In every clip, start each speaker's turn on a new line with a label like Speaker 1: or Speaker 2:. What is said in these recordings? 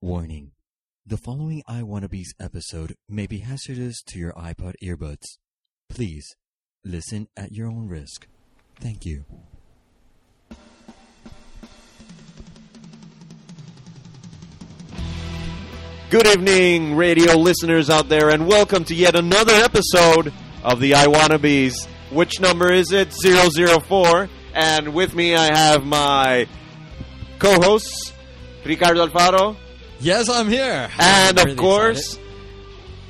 Speaker 1: Warning The following I Wannabes episode may be hazardous to your iPod earbuds. Please listen at your own risk. Thank you.
Speaker 2: Good evening, radio listeners out there, and welcome to yet another episode of the I Wannabes. Which number is it? 004. And with me, I have my co hosts, Ricardo Alfaro,
Speaker 1: Yes, I'm here.
Speaker 2: and of course,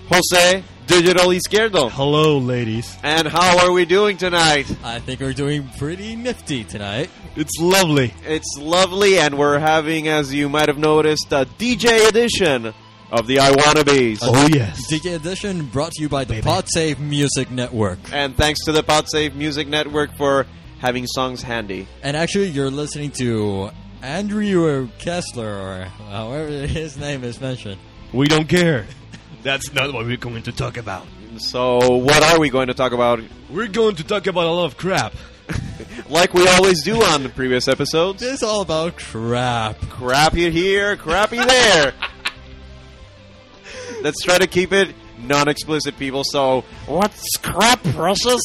Speaker 2: Jose Digital Izquierdo.
Speaker 3: Hello, ladies.
Speaker 2: And how are we doing tonight?
Speaker 1: I think we're doing pretty nifty tonight.
Speaker 3: It's lovely.
Speaker 2: It's lovely, and we're having, as you might have noticed, a DJ edition of the I Wannabes.
Speaker 3: Oh, yes.
Speaker 1: DJ Edition brought to you by the PodSave Music Network.
Speaker 2: And thanks to the PodSafe Music Network for having songs handy.
Speaker 1: And actually, you're listening to Andrew Kessler, or however his name is mentioned.
Speaker 3: We don't care. That's not what we're going to talk about.
Speaker 2: So, what are we going to talk about?
Speaker 3: We're going to talk about a lot of crap.
Speaker 2: Like we always do on the previous episodes.
Speaker 1: This is all about crap.
Speaker 2: Crappy here, crappy there. Let's try to keep it non explicit, people. So, what's crap, precious?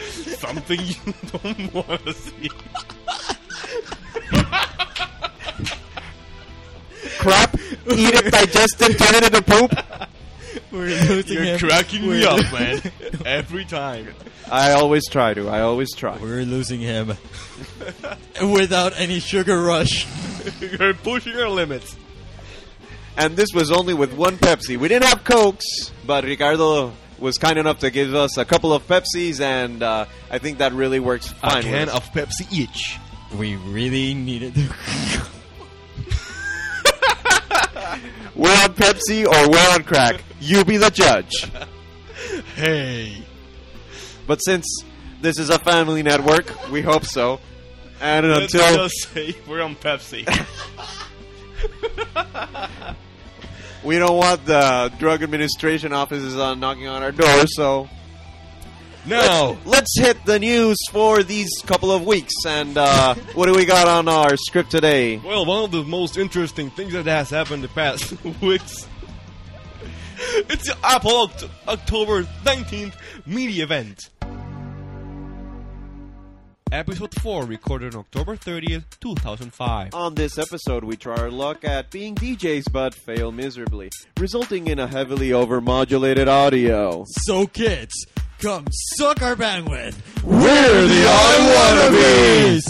Speaker 3: Something you don't want to see.
Speaker 2: Crap? Eat it, digest it, turn it into poop?
Speaker 1: We're losing
Speaker 3: You're
Speaker 1: him.
Speaker 3: cracking me
Speaker 1: We're-
Speaker 3: up, man. Every time.
Speaker 2: I always try to. I always try.
Speaker 1: We're losing him without any sugar rush.
Speaker 3: You're pushing your limits.
Speaker 2: And this was only with one Pepsi. We didn't have Cokes, but Ricardo was kind enough to give us a couple of Pepsis, and uh, I think that really works fine. with us.
Speaker 3: of Pepsi each.
Speaker 1: We really needed to.
Speaker 2: We're on Pepsi or we're on crack. You be the judge.
Speaker 3: Hey.
Speaker 2: But since this is a family network, we hope so. And
Speaker 3: Let's
Speaker 2: until
Speaker 3: just say we're on Pepsi.
Speaker 2: we don't want the drug administration offices on knocking on our door, so
Speaker 3: no.
Speaker 2: let's hit the news for these couple of weeks. And uh, what do we got on our script today?
Speaker 3: Well, one of the most interesting things that has happened the past weeks. It's the Apple Oct- October 19th media event. Episode 4 recorded on October 30th, 2005.
Speaker 2: On this episode, we try our luck at being DJs but fail miserably, resulting in a heavily overmodulated audio.
Speaker 1: So, kids, come suck our bandwidth.
Speaker 2: We're the I
Speaker 1: Wannabes!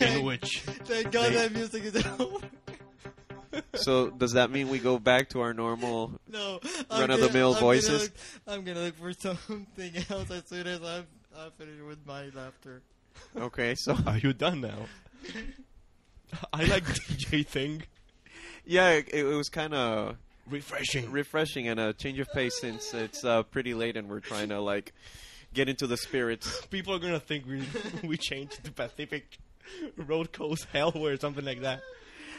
Speaker 3: In which
Speaker 1: Thank God that music is over.
Speaker 2: So, does that mean we go back to our normal
Speaker 1: No.
Speaker 2: Run-of-the-mill
Speaker 1: gonna-
Speaker 2: voices.
Speaker 1: Gonna look, I'm going to look for something else as soon as I'm, I'm finished with my laughter.
Speaker 2: Okay, so
Speaker 3: are you done now? I like DJ thing.
Speaker 2: yeah, it, it was kind of
Speaker 3: Refreshing.
Speaker 2: refreshing and a change of pace since it's uh, pretty late and we're trying to like get into the spirits.
Speaker 3: People are gonna think we we changed the Pacific Road Coast Hellway or something like that.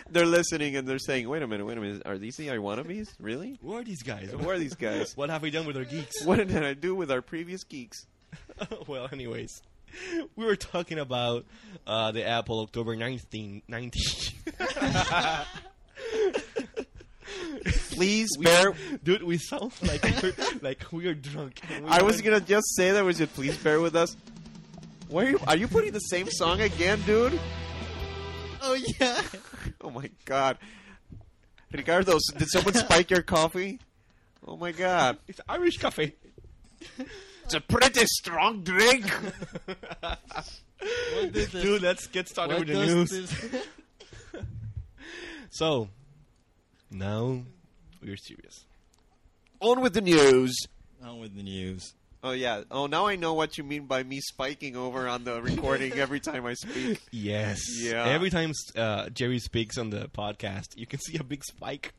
Speaker 2: They're listening and they're saying, "Wait a minute, wait a minute, are these the I wannabes? Really?
Speaker 3: Who are these guys?
Speaker 2: Who are these guys?
Speaker 3: What have we done with our geeks?
Speaker 2: What did I do with our previous geeks?"
Speaker 3: well, anyways, we were talking about uh, the Apple October 1990.
Speaker 2: Please bear.
Speaker 3: Dude, we sound like we're, like we are drunk. We
Speaker 2: I was
Speaker 3: went-
Speaker 2: gonna just say that. Was you please bear with us? Why are you? Are you putting the same song again, dude?
Speaker 1: Oh, yeah.
Speaker 2: Oh my god, Ricardo, s- did someone spike your coffee? Oh my god,
Speaker 3: It's Irish cafe.
Speaker 2: it's a pretty strong drink.
Speaker 1: does this-
Speaker 3: Dude, let's get started
Speaker 1: What
Speaker 3: with the
Speaker 1: does
Speaker 3: news.
Speaker 1: this-
Speaker 3: So, now we're serious.
Speaker 2: On with the news.
Speaker 1: On with the news.
Speaker 2: Oh yeah. Oh, now I know what you mean by me spiking over on the recording every time I speak.
Speaker 3: Yes.
Speaker 2: Yeah.
Speaker 3: Every time uh, Jerry speaks on the podcast, you can see a big spike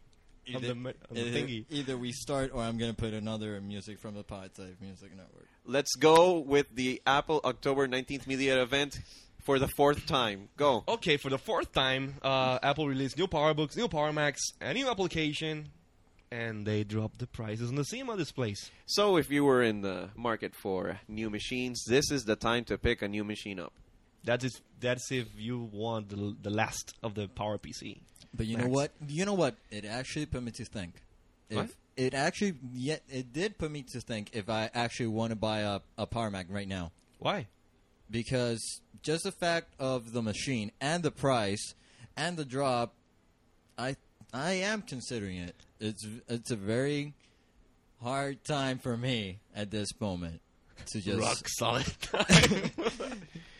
Speaker 3: on
Speaker 1: Either-
Speaker 3: the, mi- on the
Speaker 1: either,
Speaker 3: thingy.
Speaker 1: either we start or I'm going to put another music from the Pod Save Music Network.
Speaker 2: Let's go with the Apple October 19th media event for the fourth time. Go.
Speaker 3: Okay, for the fourth time, uh, Apple released new PowerBooks, new PowerMacs, a new application, and they dropped the prices on the SEMA displays.
Speaker 2: So, if you were in the market for new machines, this is the time to pick a new machine up.
Speaker 3: That's if, that's if you want the, the last of the PowerPC.
Speaker 1: But you know
Speaker 3: Max.
Speaker 1: what? You know what? It actually put me to think. If
Speaker 3: What?
Speaker 1: It actually, yet it did put me to think if I actually want to buy a, a Power Mac right now.
Speaker 3: Why?
Speaker 1: because just the fact of the machine and the price and the drop, I I am considering it. It's it's a very hard time for me at this moment to just
Speaker 3: Rock solid time.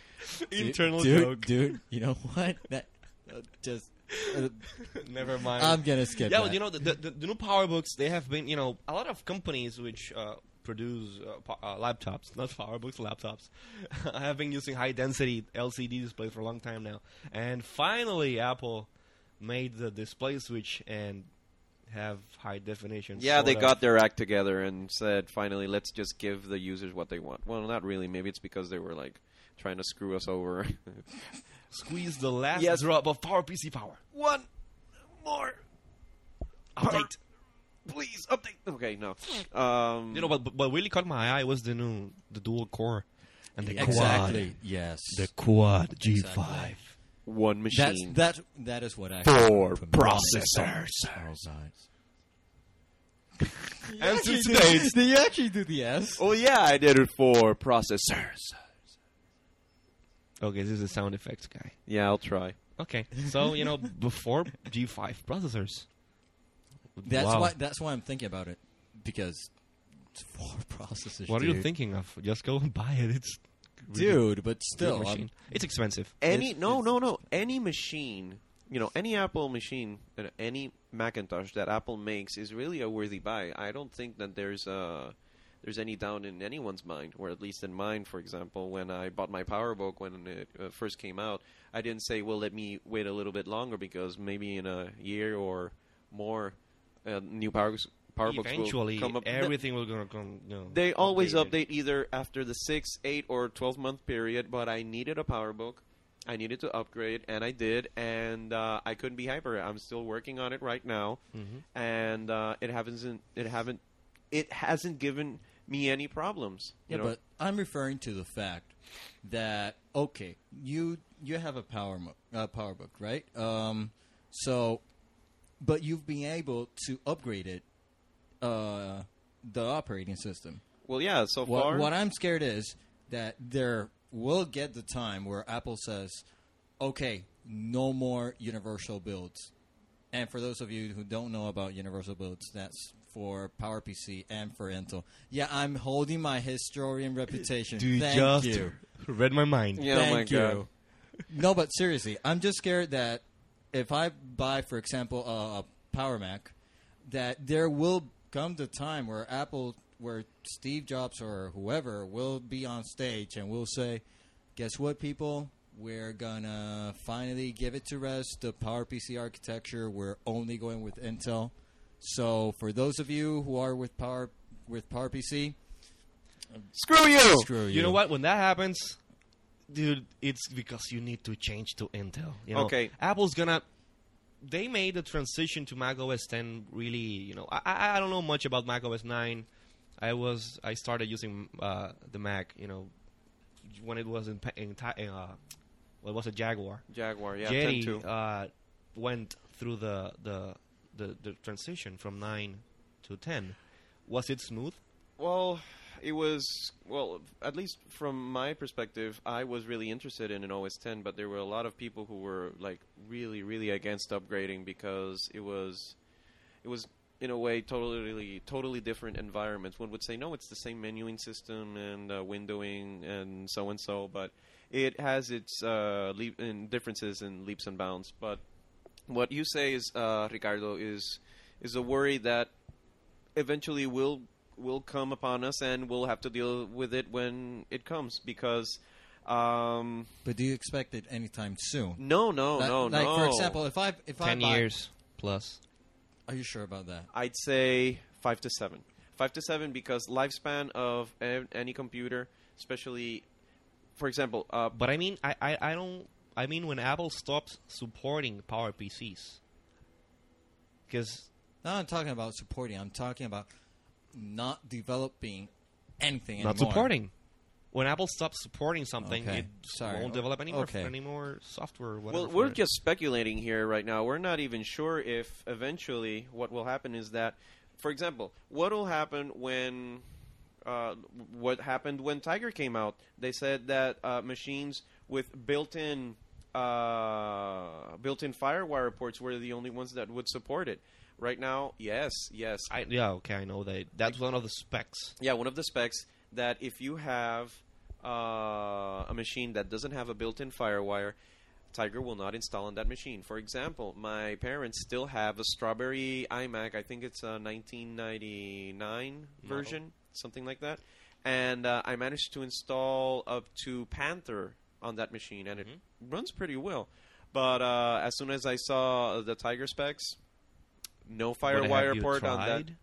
Speaker 3: Internal
Speaker 1: dude,
Speaker 3: joke.
Speaker 1: dude. You know what? That uh, just uh,
Speaker 3: Never mind.
Speaker 1: I'm gonna skip.
Speaker 3: yeah,
Speaker 1: that.
Speaker 3: but you know the, the, the new PowerBooks they have been you know a lot of companies which uh, produce uh, po- uh, laptops, not PowerBooks, laptops, have been using high density LCD displays for a long time now, and finally Apple made the display switch and have high definition.
Speaker 2: Yeah, they
Speaker 3: sorta.
Speaker 2: got their act together and said, finally, let's just give the users what they want. Well, not really. Maybe it's because they were like trying to screw us over.
Speaker 3: squeeze the last
Speaker 2: Yes.
Speaker 3: drop of PowerPC power.
Speaker 2: One more
Speaker 3: Update.
Speaker 2: please update. Okay, no. Um,
Speaker 3: You know, but but what really caught my eye was the new the dual core and the
Speaker 1: exactly. Yes,
Speaker 3: quad, the quad G5.
Speaker 1: Exactly.
Speaker 2: one
Speaker 1: that's
Speaker 2: machine.
Speaker 1: that. That is what I
Speaker 2: Four
Speaker 1: from-
Speaker 2: processors.
Speaker 1: All sides.
Speaker 3: And
Speaker 1: Did
Speaker 3: to
Speaker 1: you-
Speaker 3: today, it's-
Speaker 1: Did you actually do the S?
Speaker 2: Oh yeah, I did it for processors.
Speaker 3: okay, this is the sound effects guy.
Speaker 2: Yeah, I'll try.
Speaker 3: Okay, so you know before G5 processors.
Speaker 1: That's
Speaker 3: Wow.
Speaker 1: why. That's why I'm thinking about it because it's four processors.
Speaker 3: What are you
Speaker 1: dude.
Speaker 3: thinking of? Just go and buy it. It's ridiculous
Speaker 1: dude? But still, I'm-
Speaker 3: machine. it's expensive.
Speaker 2: Any
Speaker 1: It's-
Speaker 2: no
Speaker 1: it's-
Speaker 2: no no any machine you know any Apple machine and any Macintosh that Apple makes is really a worthy buy. I don't think that there's uh there's any down in anyone's mind, or at least in mine. For example, when I bought my PowerBook when it uh, first came out, I didn't say, "Well, let me wait a little bit longer because maybe in a year or more, uh, new PowerBooks PowerBooks
Speaker 3: Eventually,
Speaker 2: will come up." No,
Speaker 3: everything will gonna come. You know,
Speaker 2: They always
Speaker 3: updated.
Speaker 2: update either after the six, eight, or twelve month period. But I needed a PowerBook. I needed to upgrade, and I did, and uh, I couldn't be hyper. I'm still working on it right now,
Speaker 1: Mm-hmm.
Speaker 2: and uh, it happens. In, it haven't. It hasn't given me any problems.
Speaker 1: Yeah,
Speaker 2: you know?
Speaker 1: but I'm referring to the fact that okay, you you have a power mo- uh, power book, right? Um, so, but you've been able to upgrade it, uh, the operating system.
Speaker 2: well, yeah. So far,
Speaker 1: What, what I'm scared is that there will get the time where Apple says, "Okay, no more universal builds." And for those of you who don't know about universal builds, that's for PowerPC and for Intel. Yeah, I'm holding my historian reputation.
Speaker 3: Do you
Speaker 1: Thank
Speaker 3: just
Speaker 1: you.
Speaker 3: read my mind?
Speaker 2: yeah, oh my
Speaker 1: Thank
Speaker 2: God.
Speaker 1: you. no, but seriously, I'm just scared that if I buy, for example, a, a Power Mac, that there will come the time where Apple, where Steve Jobs or whoever will be on stage and will say, "Guess what, people." We're gonna finally give it to rest the PowerPC architecture. We're only going with Intel. So for those of you who are with Power with PowerPC,
Speaker 2: Screw you.
Speaker 1: screw you.
Speaker 3: Oh, You know what? When that happens, dude, it's because you need to change to Intel. You know?
Speaker 2: Okay.
Speaker 3: Apple's gonna. They made the transition to Mac OS 10 really. You know, I- I I don't know much about Mac OS 9. I was I started using uh, the Mac. You know, when it was in, pa- in, Ti- in uh, what was it Jaguar?
Speaker 2: Jaguar. Yeah,
Speaker 3: Jerry
Speaker 2: 10-2.
Speaker 3: uh, went through the, the the the transition from nine to ten. Was it smooth?
Speaker 2: Well, it was well, at least from my perspective, I was really interested in an OS 10, but there were a lot of people who were like really, really against upgrading because it was, it was in a way totally, totally different environments. One would say, no, it's the same menuing system and uh, windowing and so and so, but it has its uh, leap and differences in leaps and bounds. But what you say is, uh, Ricardo, is is a worry that eventually will will come upon us, and we'll have to deal with it when it comes because. Um,
Speaker 1: But do you expect it anytime soon?
Speaker 2: no, no,
Speaker 1: Like-
Speaker 2: no,
Speaker 1: like
Speaker 2: Oh, no.
Speaker 1: for example, if I if I
Speaker 3: Ten
Speaker 1: buy,
Speaker 3: years plus.
Speaker 1: are you sure about that?
Speaker 2: I'd say five to seven. Five to seven because lifespan of a- any computer, especially, for example, uh,
Speaker 3: But I mean, I, I, I don't. I mean, when Apple stops supporting Power PCs, because
Speaker 1: No, I'm talking about supporting. I'm talking about not developing anything
Speaker 3: not
Speaker 1: anymore.
Speaker 3: supporting. When Apple stops supporting something,
Speaker 1: Okay.
Speaker 3: it
Speaker 1: Sorry.
Speaker 3: won't develop any more,
Speaker 1: Okay.
Speaker 3: any more software. Or whatever
Speaker 2: Well,
Speaker 3: for
Speaker 2: we're
Speaker 3: it.
Speaker 2: just speculating here right now. We're not even sure if eventually what will happen is that, for example, what will happen when, uh, what happened when Tiger came out? They said that uh, machines with built-in uh, built-in FireWire ports were the only ones that would support it. Right now, yes, yes,
Speaker 3: I, yeah, okay, I know that. That's one of the specs.
Speaker 2: yeah, one of the specs that if you have uh, a machine that doesn't have a built-in FireWire, Tiger will not install on that machine. For example, my parents still have a Strawberry iMac. I think it's a 1999 version, something like that. And uh, I managed to install up to Panther on that machine, and it
Speaker 3: Mm-hmm.
Speaker 2: runs pretty well. But uh, as soon as I saw the Tiger specs, no
Speaker 3: But have
Speaker 2: FireWire
Speaker 3: you
Speaker 2: port on that.
Speaker 3: tried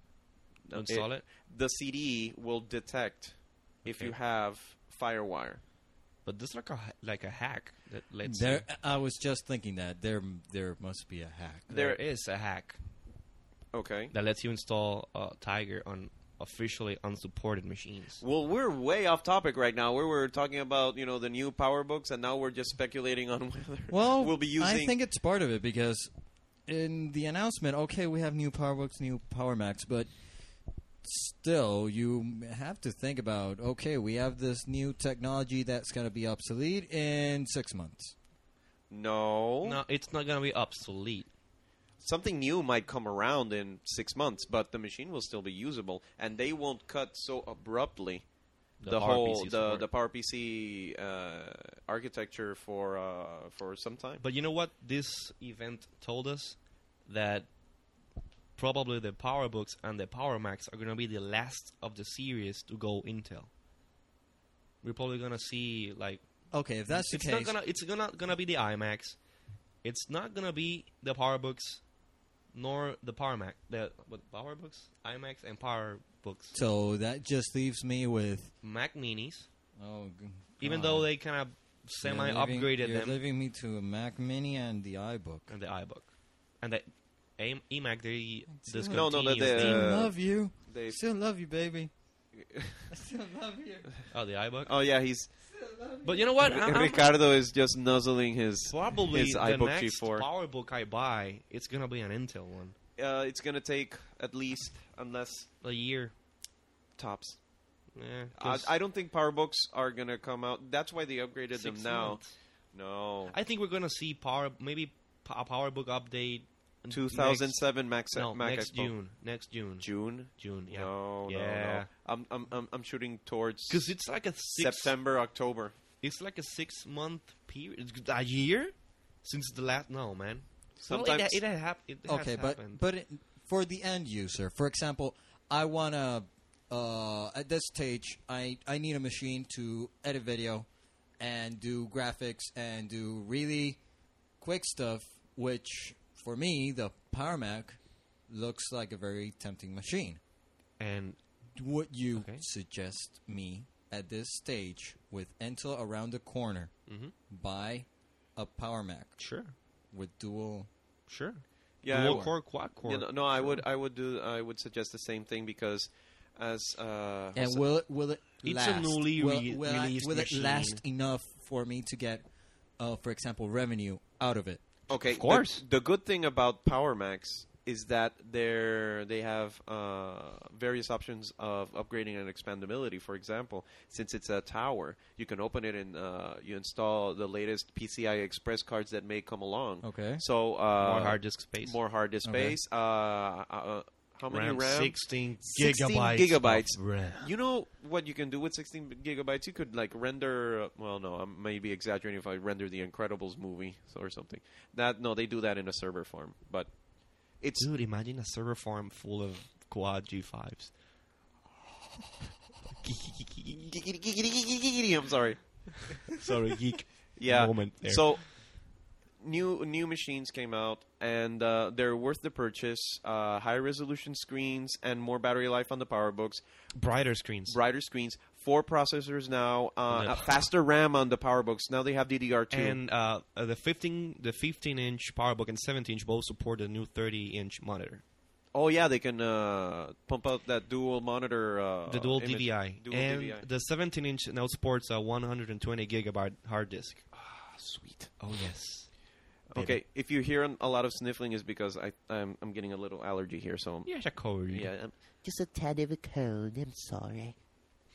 Speaker 3: to Install it,
Speaker 2: The CD will detect if
Speaker 3: Okay.
Speaker 2: you have FireWire.
Speaker 3: but this is like a ha- like a hack that lets you-
Speaker 1: There, I was just thinking that there there must be a hack.
Speaker 3: there
Speaker 2: there-
Speaker 3: is a hack
Speaker 2: Okay.
Speaker 3: that lets you install uh, Tiger on officially unsupported machines.
Speaker 2: Well, we're way off topic right now. We were talking about you know the new PowerBooks, and now we're just speculating on whether
Speaker 1: Well,
Speaker 2: we'll be using.
Speaker 1: I think it's part of it because in the announcement, okay, we have new PowerBooks, new Power Macs, but still, you m- have to think about okay, we have this new technology that's going to be obsolete in six months.
Speaker 2: no,
Speaker 3: No, it's not gonna be obsolete.
Speaker 2: something new might come around in six months, but the machine will still be usable, and they won't cut so abruptly
Speaker 3: The
Speaker 2: the,
Speaker 3: PowerPC
Speaker 2: whole the
Speaker 3: support.
Speaker 2: the PowerPC uh, architecture for uh, for some time.
Speaker 3: But you know what? This event told us that probably the Power Books and the Power Max are gonna be the last of the series to go Intel. We're probably gonna see like
Speaker 1: Okay, if that's the
Speaker 3: it's
Speaker 1: case,
Speaker 3: not gonna it's gonna gonna be the IMAX. It's not gonna be the PowerBooks, nor the PowerMac. The what PowerBooks, IMAX, and PowerBooks.
Speaker 1: so that just leaves me with
Speaker 3: Mac Minis,
Speaker 1: oh, g-
Speaker 3: even
Speaker 1: God.
Speaker 3: though they kind of
Speaker 1: You're
Speaker 3: semi
Speaker 1: leaving-
Speaker 3: upgraded
Speaker 1: you're
Speaker 3: them,
Speaker 1: leaving me to a Mac Mini and the iBook.
Speaker 3: and the iBook, and the E aim EMAC they discontinued.
Speaker 2: No, no, the-
Speaker 1: Still
Speaker 2: Uh,
Speaker 1: love you.
Speaker 2: they-
Speaker 1: Still love you, baby. I still love you.
Speaker 3: the- oh the iBook.
Speaker 2: oh yeah, he's
Speaker 3: But you know what? I- I'm-
Speaker 2: Ricardo is just nuzzling his
Speaker 3: probably
Speaker 2: his
Speaker 3: the
Speaker 2: iBook
Speaker 3: next
Speaker 2: G4.
Speaker 3: PowerBook I buy, it's gonna be an Intel one.
Speaker 2: uh, it's gonna take at least unless
Speaker 3: A year.
Speaker 2: tops.
Speaker 3: Yeah,
Speaker 2: I,
Speaker 3: 'cause
Speaker 2: I don't think PowerBooks are gonna come out. That's why they upgraded them
Speaker 3: six
Speaker 2: now.
Speaker 3: months.
Speaker 2: No,
Speaker 3: I think we're gonna see power maybe p- a PowerBook update. in
Speaker 2: 2007 Mac
Speaker 3: next, no,
Speaker 2: Mac
Speaker 3: next
Speaker 2: Expo.
Speaker 3: June. Next June.
Speaker 2: June?
Speaker 3: June. Yeah.
Speaker 2: No, no,
Speaker 3: yeah.
Speaker 2: no. I'm I'm I'm, I'm shooting towards
Speaker 3: Because it's like a six.
Speaker 2: September, October.
Speaker 3: It's like a six month period. It's A year since the last. No, man. well,
Speaker 2: Sometimes-
Speaker 3: it, it, had hap- it has
Speaker 1: okay, but
Speaker 3: happened.
Speaker 1: but it, for the end user, for example, I wanna uh, at this stage, I I need a machine to edit video and do graphics and do really quick stuff, which for me the Power Mac looks like a very tempting machine.
Speaker 3: and
Speaker 1: Would you
Speaker 3: Okay.
Speaker 1: suggest me at this stage with Intel around the corner
Speaker 3: Mm-hmm.
Speaker 1: buy a Power Mac
Speaker 3: sure,
Speaker 1: with dual?
Speaker 3: sure.
Speaker 2: Yeah, I
Speaker 3: Dual
Speaker 2: would.
Speaker 3: core, quad core.
Speaker 2: Yeah, no, no, I would I would do I would suggest the same thing because as uh,
Speaker 1: And will it will it
Speaker 3: It's a
Speaker 1: last?
Speaker 3: newly
Speaker 1: will,
Speaker 3: re-
Speaker 1: will I-
Speaker 3: released
Speaker 1: will it
Speaker 3: machine.
Speaker 1: last enough for me to get, uh, for example, revenue out of it?
Speaker 2: Okay,
Speaker 3: Of course.
Speaker 2: The, the good thing about Power Max is that they're they have uh, various options of upgrading and expandability. For example, since it's a tower, you can open it and uh, you install the latest PCI Express cards that may come along.
Speaker 1: Okay.
Speaker 2: So uh,
Speaker 3: More hard disk space.
Speaker 2: More hard disk
Speaker 1: Okay.
Speaker 2: space. Uh, uh, uh, how many
Speaker 3: RAM,
Speaker 2: RAM?
Speaker 3: 16
Speaker 2: 16
Speaker 3: gigabytes.
Speaker 2: gigabytes.
Speaker 3: of RAM.
Speaker 2: You know what you can do with 16 gigabytes? You could like render. uh, Well, no, I may be exaggerating if I render the Incredibles movie or something. That no, they do that in a server form, but it's
Speaker 3: Dude, imagine a server farm full of quad G5s.
Speaker 2: Giggity, giggity, giggity, giggity. I'm sorry.
Speaker 3: Sorry, geek.
Speaker 2: Yeah.
Speaker 3: Moment there.
Speaker 2: So new new machines came out and uh, they're worth the purchase. Uh, high resolution screens and more battery life on the power books.
Speaker 3: brighter screens.
Speaker 2: Brighter screens, four processors now, uh,
Speaker 3: Yeah.
Speaker 2: a faster RAM on the power books. Now they have DDR2.
Speaker 3: and uh, uh, the 15 the 15 inch PowerBook and 17 inch both support the new 30 inch monitor.
Speaker 2: oh yeah, they can uh, pump out that dual monitor. Uh,
Speaker 3: the dual
Speaker 2: image-
Speaker 3: DVI
Speaker 2: Dual
Speaker 3: and
Speaker 2: DVI.
Speaker 3: the 17 inch uh, now supports a 120 gigabyte hard disk.
Speaker 2: Ah, Sweet.
Speaker 3: Oh yes.
Speaker 2: Okay, if you hear a lot of sniffling, is because I I'm, I'm getting a little allergy here. So I'm-
Speaker 3: Yeah, it's a code.
Speaker 2: yeah, I'm-
Speaker 4: Just a tad of a cold. I'm sorry.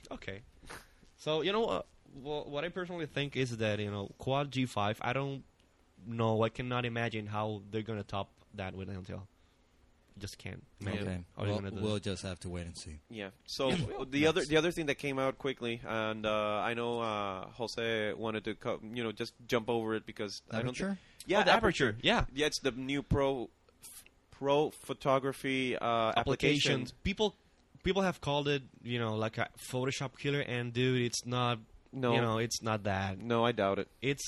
Speaker 3: Okay. So you know uh, wha- what I personally think is that you know quad G5. I don't know. I cannot imagine how they're gonna top that with Intel. Just can't. imagine
Speaker 1: Okay.
Speaker 3: How they're
Speaker 1: Well,
Speaker 3: gonna do
Speaker 1: we'll just have to wait and see.
Speaker 2: Yeah. So the other the other thing that came out quickly, and uh, I know uh, Jose wanted to co- you know just jump over it because I don't.
Speaker 1: Aperture?
Speaker 2: Think, yeah,
Speaker 3: Oh, the aperture. Yeah.
Speaker 2: Yeah, it's the new pro f- pro photography uh, application.
Speaker 3: Applications. People, people have called it you know like a Photoshop killer, and dude, it's not.
Speaker 2: No.
Speaker 3: You know, it's not that.
Speaker 2: No, I doubt it.
Speaker 3: it's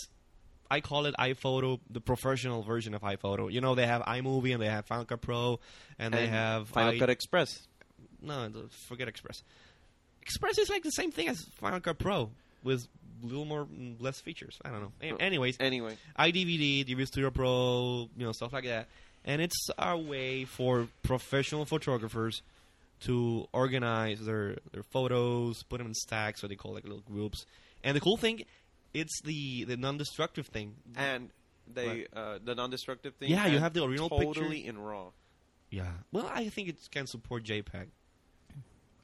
Speaker 3: I call it iPhoto, the professional version of iPhoto. You know, they have iMovie and they have Final Cut Pro, and, they
Speaker 2: And
Speaker 3: have
Speaker 2: Final
Speaker 3: i-
Speaker 2: Cut Express.
Speaker 3: No, the- forget Express. Express is like the same thing as Final Cut Pro with a little more mm, less features. I don't know. An- Anyways,
Speaker 2: Anyway,
Speaker 3: iDVD, DV Studio Pro, you know, stuff like that. And it's our way for professional photographers to organize their, their photos, put them in stacks, what they call like little groups. And the cool thing, it's the, the non destructive thing.
Speaker 2: and they uh, the non-destructive thing.
Speaker 3: Mm-hmm. Yeah, you
Speaker 2: and
Speaker 3: have the original
Speaker 2: totally
Speaker 3: pictures.
Speaker 2: in RAW.
Speaker 3: Yeah. Well, I think it can support JPEG.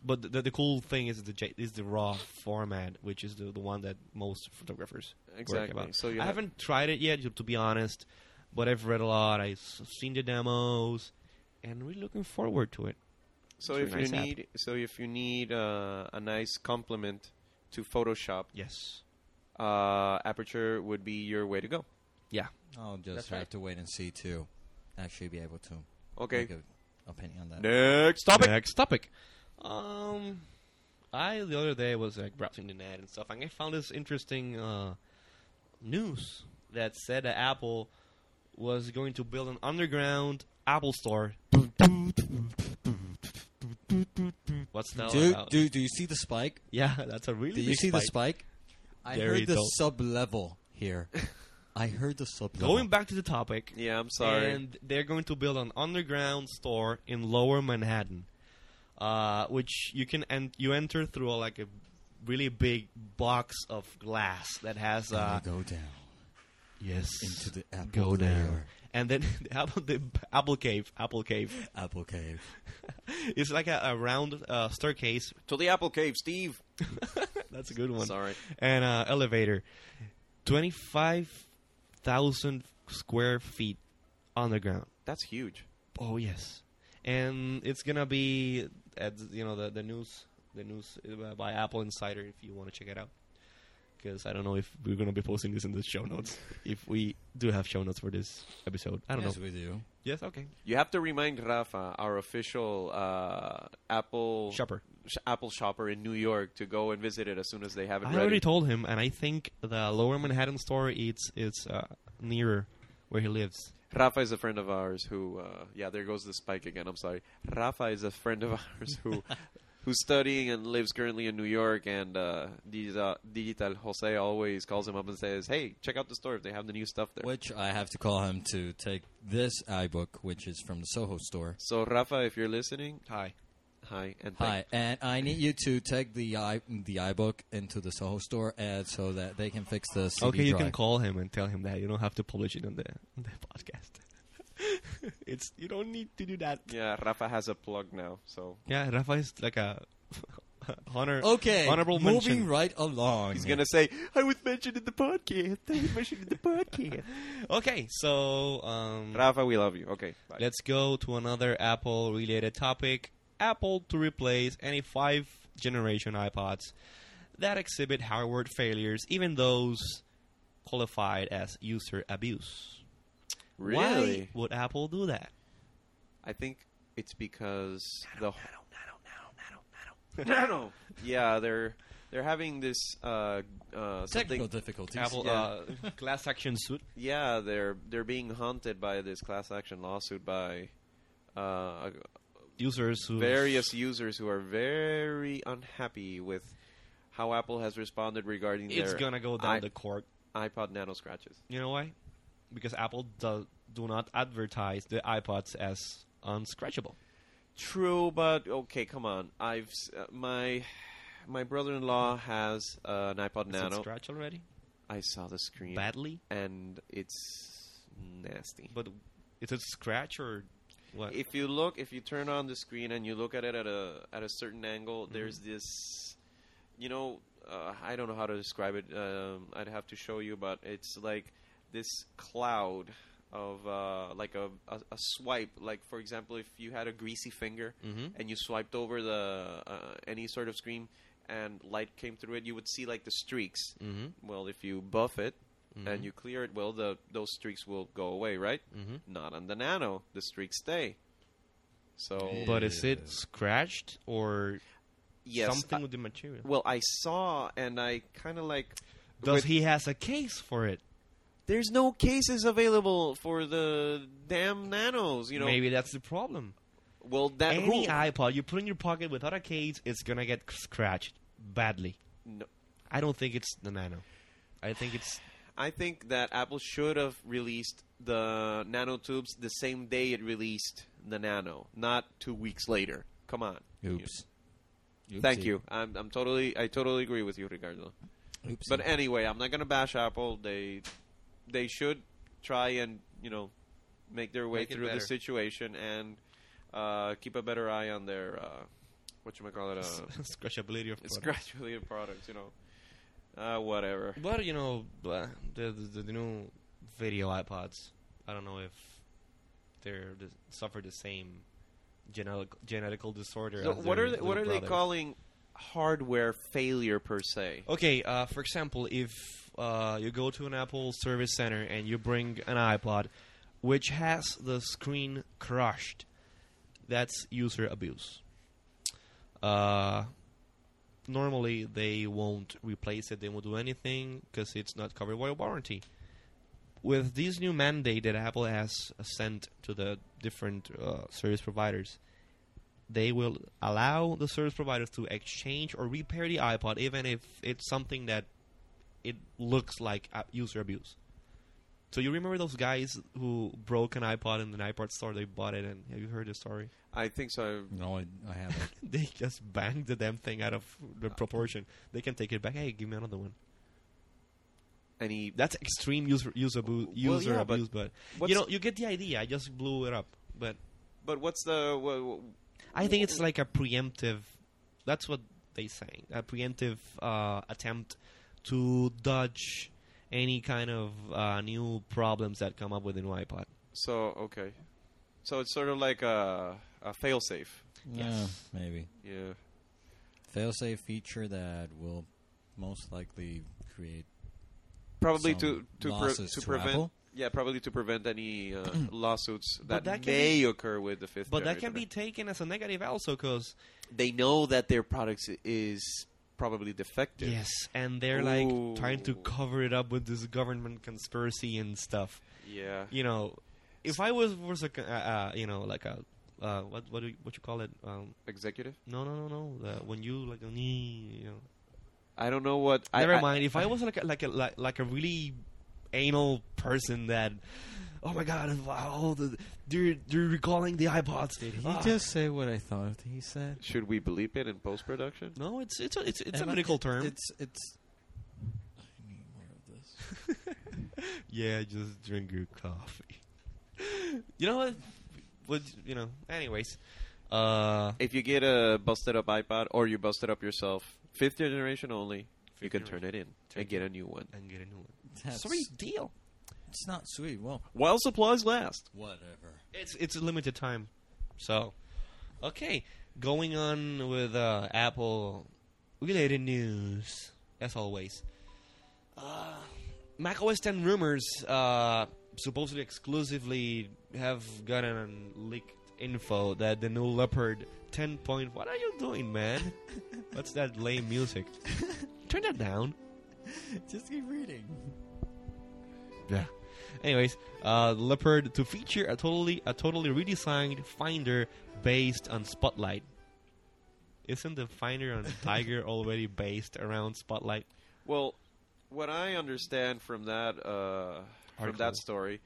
Speaker 3: But the, the, the cool thing is the J, is the raw format, which is the, the one that most photographers work
Speaker 2: Exactly.
Speaker 3: about.
Speaker 2: So you
Speaker 3: I
Speaker 2: have-
Speaker 3: haven't tried it yet, to, to be honest, but I've read a lot. I've s- seen the demos, and we're looking forward to it.
Speaker 2: So
Speaker 3: It's a
Speaker 2: if
Speaker 3: nice
Speaker 2: you
Speaker 3: app.
Speaker 2: need so if you need uh, a nice complement to Photoshop,
Speaker 3: Yes.
Speaker 2: uh, Aperture would be your way to go.
Speaker 3: Yeah.
Speaker 1: I'll just
Speaker 2: That's
Speaker 1: have
Speaker 2: right.
Speaker 1: to wait and see to actually be able to
Speaker 2: Okay.
Speaker 1: make an opinion on that.
Speaker 2: Next topic.
Speaker 3: Next topic. Um, I the other day was like browsing the net and stuff, and I found this interesting uh, news that said that Apple was going to build an underground Apple store. What's that all
Speaker 1: Dude,
Speaker 3: about?
Speaker 1: dude, do you see the spike?
Speaker 3: Yeah, that's a really.
Speaker 1: Do you
Speaker 3: big
Speaker 1: see the spike?
Speaker 3: spike.
Speaker 1: I
Speaker 3: There you
Speaker 1: heard the
Speaker 3: go.
Speaker 1: sub level here. I heard the sub level.
Speaker 3: Going back to the topic,
Speaker 2: Yeah, I'm sorry.
Speaker 3: And they're going to build an underground store in Lower Manhattan, uh, which you can and you enter through a, like a really big box of glass that has uh,
Speaker 1: Gonna go down
Speaker 3: yes
Speaker 1: into the apple
Speaker 3: go down.
Speaker 1: layer.
Speaker 3: And then the apple, the apple cave, apple cave.
Speaker 1: Apple cave.
Speaker 3: It's like a, a round uh, staircase.
Speaker 2: to the Apple Cave, Steve.
Speaker 3: That's a good one.
Speaker 2: Sorry.
Speaker 3: And uh, elevator, twenty five thousand square feet underground.
Speaker 2: That's huge.
Speaker 3: Oh yes, and it's gonna be at you know the the news the news uh, by Apple Insider if you want to check it out. Because I don't know if we're gonna be posting this in the show notes. if we do have show notes for this episode, I don't
Speaker 1: yes,
Speaker 3: know.
Speaker 1: we do.
Speaker 3: Yes, okay.
Speaker 2: You have to remind Rafa, our official uh, Apple
Speaker 3: Shopper.
Speaker 2: sh- Apple shopper in New York, to go and visit it as soon as they have it
Speaker 3: I
Speaker 2: ready.
Speaker 3: already told him, and I think the Lower Manhattan store it's it's uh, nearer where he lives.
Speaker 2: Rafa is a friend of ours who, uh, yeah, there goes the spike again. I'm sorry. Rafa is a friend of ours who, who's studying and lives currently in New York. And uh, Digital, Digital Jose always calls him up and says, "Hey, check out the store. if They have the new stuff there."
Speaker 1: Which I have to call him to take this iBook, which is from the Soho store.
Speaker 2: So Rafa, if you're listening,
Speaker 3: Hi.
Speaker 2: hi and thank
Speaker 1: Hi, and I need you to take the i the iBook into the Soho store, and so that they can fix the CD
Speaker 3: okay, you
Speaker 1: drive.
Speaker 3: can call him and tell him that you don't have to publish it on the on the podcast. it's you don't need to do that.
Speaker 2: Yeah, Rafa has a plug now. So
Speaker 3: Yeah, Rafa is like a honor.
Speaker 1: Okay,
Speaker 3: honorable
Speaker 1: moving
Speaker 3: mention.
Speaker 1: right along.
Speaker 2: he's gonna say,
Speaker 3: Mm.
Speaker 2: "I was mentioned in the podcast. I was mentioned in the podcast."
Speaker 3: Okay, so um,
Speaker 2: Rafa, we love you. Okay, bye.
Speaker 3: let's go to another Apple-related topic. Apple to replace any five-generation iPods that exhibit hardware failures, even those qualified as user abuse. Why
Speaker 2: really?
Speaker 3: would Apple do that?
Speaker 2: I think it's because the Nano. Yeah, they're they're having this uh,
Speaker 1: Technical
Speaker 2: uh, something.
Speaker 1: difficulties.
Speaker 3: Apple uh, class action suit.
Speaker 2: Yeah, they're they're being haunted by this class action lawsuit by uh,
Speaker 3: Users who
Speaker 2: various users who are very unhappy with how Apple has responded regarding
Speaker 3: It's
Speaker 2: their
Speaker 3: gonna go down
Speaker 2: i-
Speaker 3: the court.
Speaker 2: iPod Nano scratches.
Speaker 3: You know why? Because Apple do, do not advertise the iPods as unscratchable.
Speaker 2: True, but okay, come on. I've s- uh, my my brother-in-law has uh, an iPod
Speaker 3: Is it
Speaker 2: Nano.
Speaker 3: scratch already?
Speaker 2: I saw the screen,
Speaker 3: Badly?
Speaker 2: and it's nasty.
Speaker 3: But is it scratch or what?
Speaker 2: if you look, if you turn on the screen and you look at it at a at a certain angle, there's this, you know, uh, I don't know how to describe it. Um, I'd have to show you, but it's like this cloud of uh, like a, a a swipe. Like for example, if you had a greasy finger
Speaker 3: Mhm.
Speaker 2: and you swiped over the uh, any sort of screen and light came through it, you would see like the streaks.
Speaker 3: Mhm.
Speaker 2: Well, if you buff it.
Speaker 3: Mm-hmm.
Speaker 2: And you clear it, well, the those streaks will go away, right?
Speaker 3: Mhm.
Speaker 2: Not on the Nano, the streaks stay. So,
Speaker 3: But is it scratched or
Speaker 2: yes,
Speaker 3: something
Speaker 2: I-
Speaker 3: with the material?
Speaker 2: well, I saw and I kind of like.
Speaker 3: Does
Speaker 2: with-
Speaker 3: he has a case for it?
Speaker 2: There's no cases available for the damn Nanos, you know.
Speaker 3: Maybe that's the problem.
Speaker 2: Well, that
Speaker 3: Any
Speaker 2: who-
Speaker 3: iPod you put in your pocket without a case, it's gonna get scratched badly.
Speaker 2: No,
Speaker 3: I don't think it's the Nano. I think it's
Speaker 2: I think that Apple should have released the Nano tubes the same day it released the Nano, not two weeks later. Come on.
Speaker 1: Oops.
Speaker 2: Thank
Speaker 1: Oopsie.
Speaker 2: you. I'm, I'm totally, I totally agree with you, Ricardo.
Speaker 1: Oopsie.
Speaker 3: uh,
Speaker 2: But anyway, I'm not gonna bash Apple. They they should try and you know make their way
Speaker 3: Make it
Speaker 2: through the
Speaker 3: better.
Speaker 2: situation and uh, keep a better eye on their uh, what you call it
Speaker 3: s-
Speaker 2: uh,
Speaker 3: scratchability of
Speaker 2: it's
Speaker 3: product.
Speaker 2: gradually products. You know, uh, whatever.
Speaker 3: But you know, uh, the, the the new video iPods. I don't know if they're the, suffer the same genetic genetical disorder.
Speaker 2: So
Speaker 3: as
Speaker 2: what
Speaker 3: their
Speaker 2: are they, what
Speaker 3: little
Speaker 2: are they
Speaker 3: brothers.
Speaker 2: calling hardware failure per se?
Speaker 3: Okay, uh, for example, if uh, you go to an Apple service center and you bring an iPod, which has the screen crushed, that's user abuse. Uh, normally, they won't replace it; they won't do anything because it's not covered by a warranty. With this new mandate that Apple has sent to the different uh, service providers, they will allow the service providers to exchange or repair the iPod, even if it's something that it looks like uh, user abuse. So you remember those guys who broke an iPod in an iPod store? They bought it, and have you heard the story?
Speaker 2: I think so.
Speaker 1: No, I, I haven't.
Speaker 3: they just banged the damn thing out of the proportion. They can take it back. Hey, give me another one.
Speaker 2: Any
Speaker 3: That's extreme user user, abu- user
Speaker 2: Well, yeah, but
Speaker 3: abuse, but,
Speaker 2: what's-
Speaker 3: you know you get the idea. I just blew it up, but
Speaker 2: but what's the wha- wha-
Speaker 3: I think it's like a preemptive. That's what they say. A preemptive uh, attempt to dodge any kind of uh, new problems that come up with the new iPod.
Speaker 2: so okay? So it's sort of like a a failsafe.
Speaker 3: Yes.
Speaker 1: Yeah, maybe.
Speaker 2: Yeah.
Speaker 1: Failsafe feature that will most likely create
Speaker 2: probably to
Speaker 1: some
Speaker 2: to, pre-
Speaker 1: losses
Speaker 2: to
Speaker 1: to
Speaker 2: prevent
Speaker 1: Apple?
Speaker 2: yeah probably to prevent any uh, lawsuits that,
Speaker 3: But that can
Speaker 2: may
Speaker 3: be-
Speaker 2: occur with the fifth
Speaker 3: But that can be
Speaker 2: generation.
Speaker 3: taken as a negative also, because
Speaker 2: they know that their products i- is probably defective
Speaker 3: yes, and they're like trying to
Speaker 2: Ooh.
Speaker 3: cover it up with this government conspiracy and stuff.
Speaker 2: yeah
Speaker 3: You know, if I was was a co- uh, uh, you know like a uh, what what do you, what you call it? Um,
Speaker 2: executive
Speaker 3: no no no no. Uh, when you like you know
Speaker 2: i don't know what I-
Speaker 3: Never
Speaker 2: I,
Speaker 3: mind. If I was like a, like a like, like a really anal person that, oh my god, wow, the, they're they're recalling the iPods.
Speaker 1: Did he
Speaker 3: Ah.
Speaker 1: just say what I thought he said?
Speaker 2: should we bleep it in post-production
Speaker 3: No, it's it's a, it's it's a
Speaker 1: Am I-
Speaker 3: medical term.
Speaker 1: It's it's. I need more of this.
Speaker 3: yeah, just drink your coffee. you know what? What you know? Anyways, uh,
Speaker 2: if you get a busted up ipod or you busted up yourself fifth generation only you can turn it in and get a new one
Speaker 3: and get a new one.
Speaker 1: That's,
Speaker 3: Sweet deal.
Speaker 1: It's not sweet. Well,
Speaker 2: while supplies last
Speaker 1: whatever.
Speaker 3: It's it's a limited time, so okay. Going on with uh, Apple related news, as always. Uh, Mac OS 10 rumors uh, supposedly exclusively have gotten leaked info that the new Leopard 10 point. What are you doing, man? What's that lame music? Turn that down.
Speaker 1: Just keep reading.
Speaker 3: Yeah. Anyways, uh, Leopard to feature a totally a totally redesigned Finder based on Spotlight. Isn't the Finder on Tiger already based around Spotlight?
Speaker 2: Well, what I understand from that uh, from
Speaker 3: Article.
Speaker 2: that story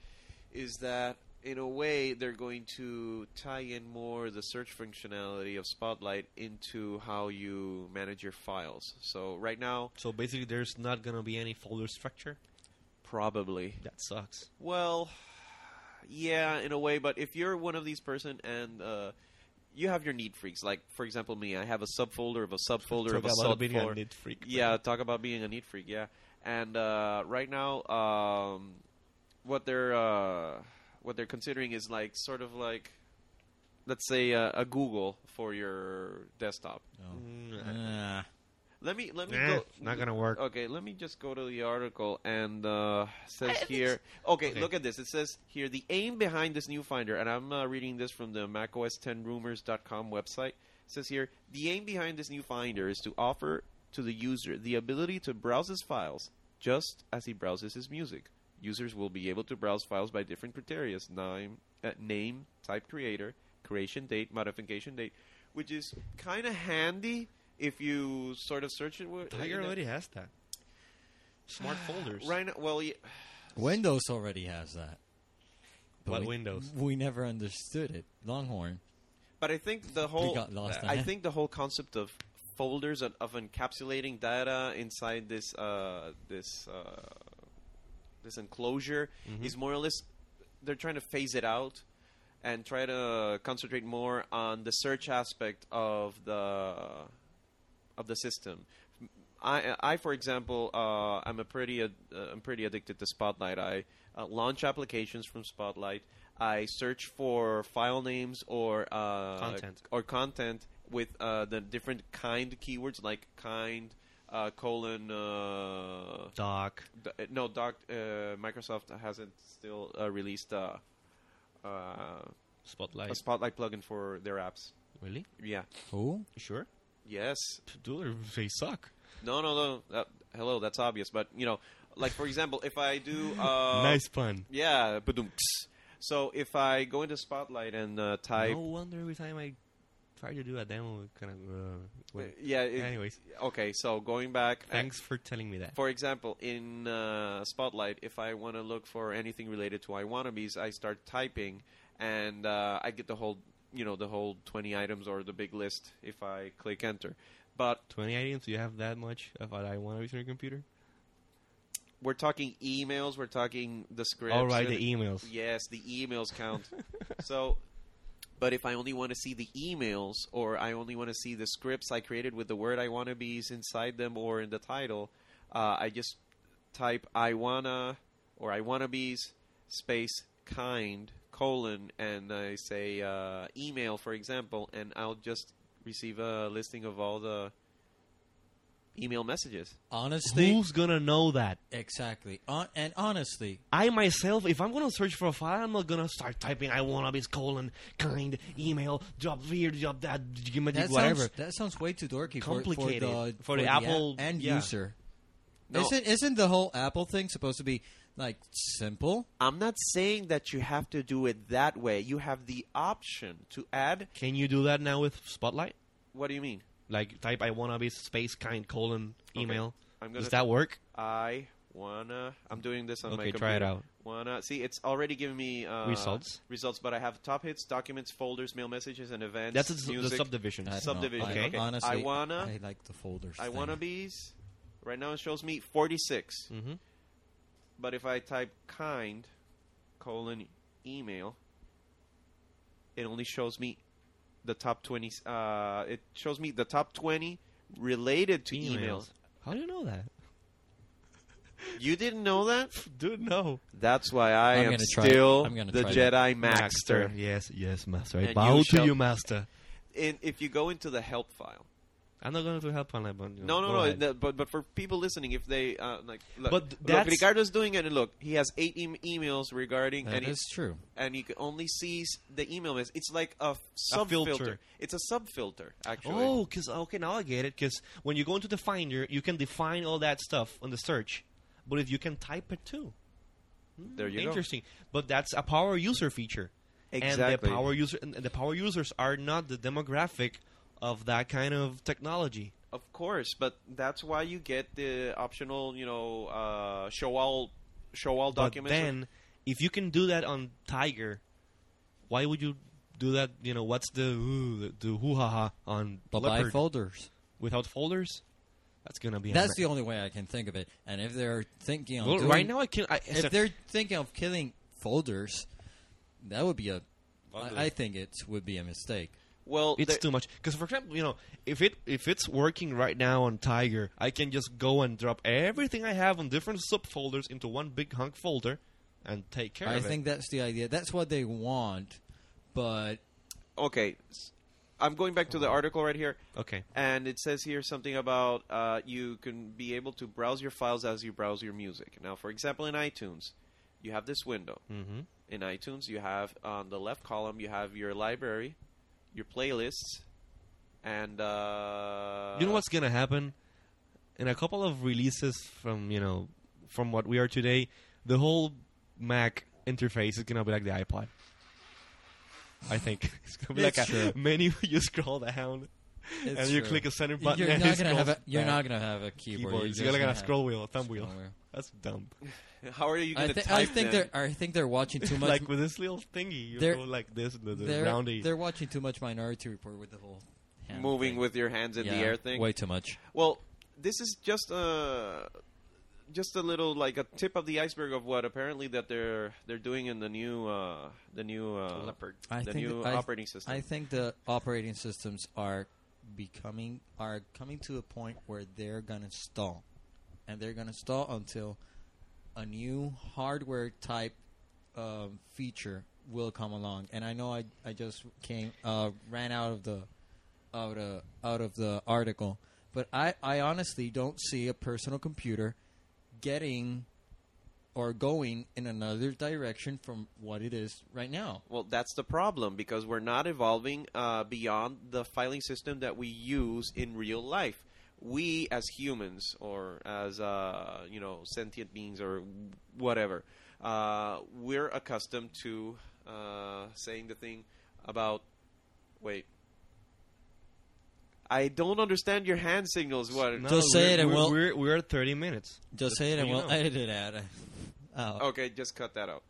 Speaker 2: is that in a way they're going to tie in more the search functionality of Spotlight into how you manage your files. So right now,
Speaker 3: So basically, there's not gonna be any folder structure.
Speaker 2: probably
Speaker 3: That sucks.
Speaker 2: Well, yeah, in a way. But if you're one of these person and uh, you have your need freaks, like for example me, I have a subfolder of a subfolder of a
Speaker 3: Talk about being a
Speaker 2: subfolder.
Speaker 3: neat freak.
Speaker 2: yeah, talk about being a need freak. Yeah, and uh, right now, um, what they're uh, what they're considering is like sort of like. Let's say uh, a Google for your desktop.
Speaker 3: Mm,
Speaker 1: Ah.
Speaker 2: Let me let me
Speaker 3: eh,
Speaker 2: go.
Speaker 3: not gonna work.
Speaker 2: Okay, let me just go to the article and uh, says here. Okay,
Speaker 3: Okay.
Speaker 2: look at this. It says here the aim behind this new finder, and I'm uh, reading this from the macOS10rumors.com website. It says here the aim behind this new finder is to offer to the user the ability to browse his files just as he browses his music. Users will be able to browse files by different criteria: name, uh, name, type, creator, creation date, modification date, which is kind of handy. If you sort of search it, wi-
Speaker 3: Tiger
Speaker 2: in a-
Speaker 3: already has that. Smart folders.
Speaker 2: Right now, well, yeah,
Speaker 1: Windows already has that.
Speaker 3: What
Speaker 1: we-
Speaker 3: Windows?
Speaker 1: We never understood it. Longhorn.
Speaker 2: but I think the whole
Speaker 1: got lost on
Speaker 2: I
Speaker 1: it.
Speaker 2: think the whole concept of folders and of encapsulating data inside this uh, this uh, this enclosure
Speaker 1: Mm-hmm.
Speaker 2: is more or less they're trying to phase it out and try to concentrate more on the search aspect of the of the system. I, I for example, uh, I'm a pretty ad- uh, I'm pretty addicted to Spotlight. I uh, launch applications from Spotlight. I search for file names or uh,
Speaker 3: Content.
Speaker 2: or content with uh, the different kind keywords like kind uh, colon uh,
Speaker 3: Doc.
Speaker 2: D- uh, no, doc. Uh, Microsoft hasn't still uh, released uh, uh,
Speaker 3: Spotlight.
Speaker 2: a Spotlight plugin for their apps.
Speaker 3: really?
Speaker 2: Yeah.
Speaker 1: Who?
Speaker 3: You sure?
Speaker 2: Yes.
Speaker 3: Do they- they suck?
Speaker 2: No, no, no. That, hello, that's obvious. But you know, like for example, if I do uh,
Speaker 3: nice pun.
Speaker 2: yeah, ba-dum-ts. so if I go into Spotlight and uh, type,
Speaker 3: no wonder every time I try to do a demo, it kind of. Uh,
Speaker 2: uh,
Speaker 3: went-
Speaker 2: yeah. It,
Speaker 3: Anyways,
Speaker 2: Okay, so going back, uh,
Speaker 3: thanks for telling me that.
Speaker 2: For example, in uh, Spotlight, if I want to look for anything related to Iwanabe's, I start typing, and uh, I get the whole, you know, the whole twenty items or the big list if I click enter. But
Speaker 3: Twenty items. Do you have that much of what I want to use on your computer?
Speaker 2: we're talking emails, we're talking the scripts.
Speaker 3: All right,
Speaker 2: and-
Speaker 3: the emails.
Speaker 2: Yes, the emails count. so, but if I only want to see the emails, or I only want to see the scripts I created with the word I want to be's inside them or in the title, uh, I just type I wanna or I wanna be's space kind colon and I say uh, email for example, and I'll just receive a listing of all the email messages.
Speaker 1: Honestly,
Speaker 3: Who's gonna know that?
Speaker 1: exactly. On, and honestly,
Speaker 3: I myself, if I'm gonna search for a file, I'm not gonna start typing "I wanna be colon kind email job here job that give me
Speaker 1: that
Speaker 3: whatever."
Speaker 1: sounds that sounds way too dorky for-
Speaker 3: Complicated.
Speaker 1: for, the
Speaker 3: For the Apple-
Speaker 1: and
Speaker 3: yeah.
Speaker 1: user.
Speaker 2: No.
Speaker 1: Isn't isn't the whole Apple thing supposed to be like simple?
Speaker 2: I'm not saying that you have to do it that way. You have the option to add.
Speaker 3: Can you do that now with Spotlight?
Speaker 2: What do you mean?
Speaker 3: Like type "I wanna be space kind colon email."
Speaker 2: I'm gonna
Speaker 3: Does that work?
Speaker 2: I wanna. I'm doing this on my
Speaker 3: Okay,
Speaker 2: computer.
Speaker 3: try it out.
Speaker 2: Wanna see? It's already giving me uh,
Speaker 3: Results?
Speaker 2: Results, but I have top hits, documents, folders, mail messages, and events.
Speaker 3: That's the, the
Speaker 2: music.
Speaker 3: subdivision.
Speaker 1: I don't know.
Speaker 2: Subdivision,
Speaker 1: I-
Speaker 3: okay.
Speaker 1: Honestly,
Speaker 2: I wanna-
Speaker 1: I like the folders.
Speaker 2: I
Speaker 1: thing.
Speaker 2: wanna be's. Right now it shows me 46.
Speaker 3: Mhm.
Speaker 2: But if I type kind colon email, it only shows me the top 20. Uh, it shows me the top 20 related to emails.
Speaker 3: How do you know that?
Speaker 2: You didn't know that?
Speaker 3: Dude, no.
Speaker 2: That's why I
Speaker 1: I'm
Speaker 2: am
Speaker 1: gonna try-
Speaker 2: still
Speaker 1: I'm gonna
Speaker 2: the
Speaker 1: try
Speaker 2: Jedi
Speaker 1: that.
Speaker 2: Maxter.
Speaker 3: Yes, yes, master.
Speaker 2: And
Speaker 3: I bow
Speaker 2: you
Speaker 3: to
Speaker 2: shall-
Speaker 3: you, master.
Speaker 2: in, if you go into the help file
Speaker 3: I'm not going to help on that one. you
Speaker 2: No, no,
Speaker 3: know, go
Speaker 2: no.
Speaker 3: ahead.
Speaker 2: that- but but for people listening, if they uh, like, look,
Speaker 3: But
Speaker 2: look,
Speaker 3: that's-
Speaker 2: Ricardo's doing it. And look, he has eight em emails regarding,
Speaker 1: That
Speaker 2: and he,
Speaker 1: is true.
Speaker 2: and he can only sees the email. mess. It's like a sub
Speaker 3: filter.
Speaker 2: It's a sub filter, actually.
Speaker 3: Oh, because okay, now I get it. Because when you go into the Finder, you can define all that stuff on the search, but if you can type it too, Hmm,
Speaker 2: there you
Speaker 3: interesting. But that's a power user feature. And the
Speaker 2: Exactly.
Speaker 3: power user, and the power users are not the demographic of that kind of technology.
Speaker 2: go. Of course, but that's why you get the optional, you know, uh, show all, show all
Speaker 3: But
Speaker 2: documents.
Speaker 3: then, if you can do that on Tiger, why would you do that? You know, what's the ooh, the hoo ha ha on
Speaker 1: But by
Speaker 3: Leopard
Speaker 1: folders.
Speaker 3: without folders? That's gonna be a
Speaker 1: That's
Speaker 3: ma-
Speaker 1: the only way I can think of it. And if they're thinking on
Speaker 3: Well,
Speaker 1: doing,
Speaker 3: right now I can. I,
Speaker 1: if they're thinking of killing folders, that would be a. I, I think it would be a mistake.
Speaker 2: well,
Speaker 3: it's
Speaker 2: there-
Speaker 3: too much. Because for example, you know, if it if it's working right now on Tiger, I can just go and drop everything I have on different subfolders into one big hunk folder, and take care
Speaker 1: I
Speaker 3: of
Speaker 1: think that's the idea. That's what they want, but
Speaker 2: okay. s- I'm going back to the article right here.
Speaker 3: it. Okay.
Speaker 2: And it says here something about uh, you can be able to browse your files as you browse your music. Now, for example, in iTunes, you have this window. Mm-hmm.
Speaker 1: Hmm.
Speaker 2: In iTunes, you have on the left column, you have your library, your playlists, and. Uh,
Speaker 3: you know what's gonna happen in a couple of releases from you know from what we are today the whole mac interface is gonna be like the ipod i think it's gonna be
Speaker 1: It's
Speaker 3: like a
Speaker 1: true.
Speaker 3: menu you scroll down
Speaker 1: it's
Speaker 3: and you
Speaker 1: true.
Speaker 3: click a center button
Speaker 1: You're
Speaker 3: and
Speaker 1: not
Speaker 3: it
Speaker 1: gonna have a.
Speaker 3: scrolls
Speaker 1: You're
Speaker 3: back.
Speaker 1: not gonna have a keyboard.
Speaker 3: keyboards
Speaker 1: You're
Speaker 3: you're
Speaker 1: just
Speaker 3: gonna
Speaker 1: gonna
Speaker 3: have scroll wheel thumb
Speaker 1: scroll
Speaker 3: wheel
Speaker 1: wheel.
Speaker 3: that's dumb
Speaker 2: How are you
Speaker 1: I,
Speaker 2: going to
Speaker 1: thi-
Speaker 2: type
Speaker 1: I think
Speaker 2: then?
Speaker 1: they're. I think they're watching too much.
Speaker 3: like with this little thingy you
Speaker 1: They're-
Speaker 3: go like this the, the
Speaker 1: they're,
Speaker 3: roundy
Speaker 1: they're watching too much Minority Report with the whole hand
Speaker 2: moving
Speaker 1: thing.
Speaker 2: with your hands in the
Speaker 1: Yeah,
Speaker 2: air thing?
Speaker 1: Way too much.
Speaker 2: Well, this is just a just a little like a tip of the iceberg of what apparently that they're they're doing in the new uh, the new uh,
Speaker 3: Leopard.
Speaker 1: I
Speaker 2: the
Speaker 1: think
Speaker 2: new
Speaker 1: th- I-
Speaker 2: operating system.
Speaker 1: I think the operating systems are becoming are coming to a point where they're gonna stall, and they're gonna stall until a new hardware type um, feature will come along. And I know I I just came uh, ran out of the out of out of the article, but I I honestly don't see a personal computer getting or going in another direction from what it is right now.
Speaker 2: Well, that's the problem because we're not evolving uh, beyond the filing system that we use in real life. We, as humans, or as uh, you know, sentient beings, or whatever, uh, we're accustomed to uh, saying the thing about. Wait, I don't understand your hand signals. What?
Speaker 1: Just say
Speaker 3: we're-
Speaker 1: it and
Speaker 3: we're,
Speaker 1: we'll-
Speaker 3: we're, we're at 30 minutes
Speaker 1: Just
Speaker 3: That's
Speaker 1: say it
Speaker 3: what
Speaker 1: and
Speaker 3: you
Speaker 1: we'll
Speaker 3: know.
Speaker 1: edit it out. out.
Speaker 2: Okay, just cut that out.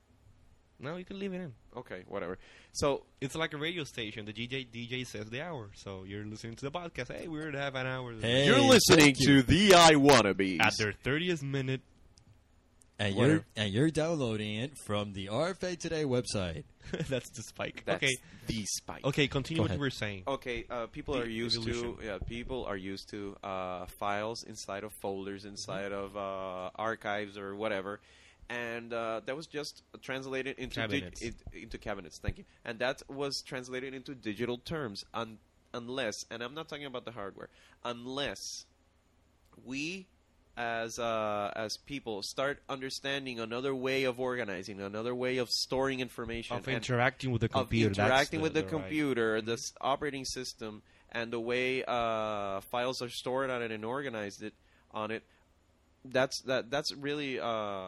Speaker 3: no you can leave it in
Speaker 2: Okay, whatever. So
Speaker 3: It's like a radio station. The DJ DJ says the hour, so you're listening to the podcast. Hey, we're gonna have an hour.
Speaker 1: Hey,
Speaker 2: you're listening to the I Wannabes.
Speaker 3: At their thirtieth minute,
Speaker 1: and
Speaker 3: Whatever.
Speaker 1: you're and you're downloading it from the RFA Today website.
Speaker 3: that's Oh, the spike.
Speaker 2: That's
Speaker 3: okay,
Speaker 2: the spike.
Speaker 3: okay, continue
Speaker 1: Go
Speaker 3: what
Speaker 1: ahead.
Speaker 3: you were saying.
Speaker 2: Okay, uh, people
Speaker 3: The
Speaker 2: are used
Speaker 3: E- evolution.
Speaker 2: to yeah, people are used to uh, files inside of folders,
Speaker 3: Mm-hmm.
Speaker 2: inside of uh, archives or whatever, and uh, that was just translated into dig-
Speaker 3: Cabinets.
Speaker 2: it, into cabinets. Thank you, and that was translated into digital terms. Un- unless, and I'm not talking about the hardware, unless we as uh, as people start understanding another way of organizing, another way of storing information,
Speaker 3: Of
Speaker 2: and-
Speaker 3: interacting with the computer.
Speaker 2: of
Speaker 3: that's
Speaker 2: interacting with the,
Speaker 3: right.
Speaker 2: computer, the s operating system, and the way uh, files are stored on it and organized it on it. That's that. That's really uh,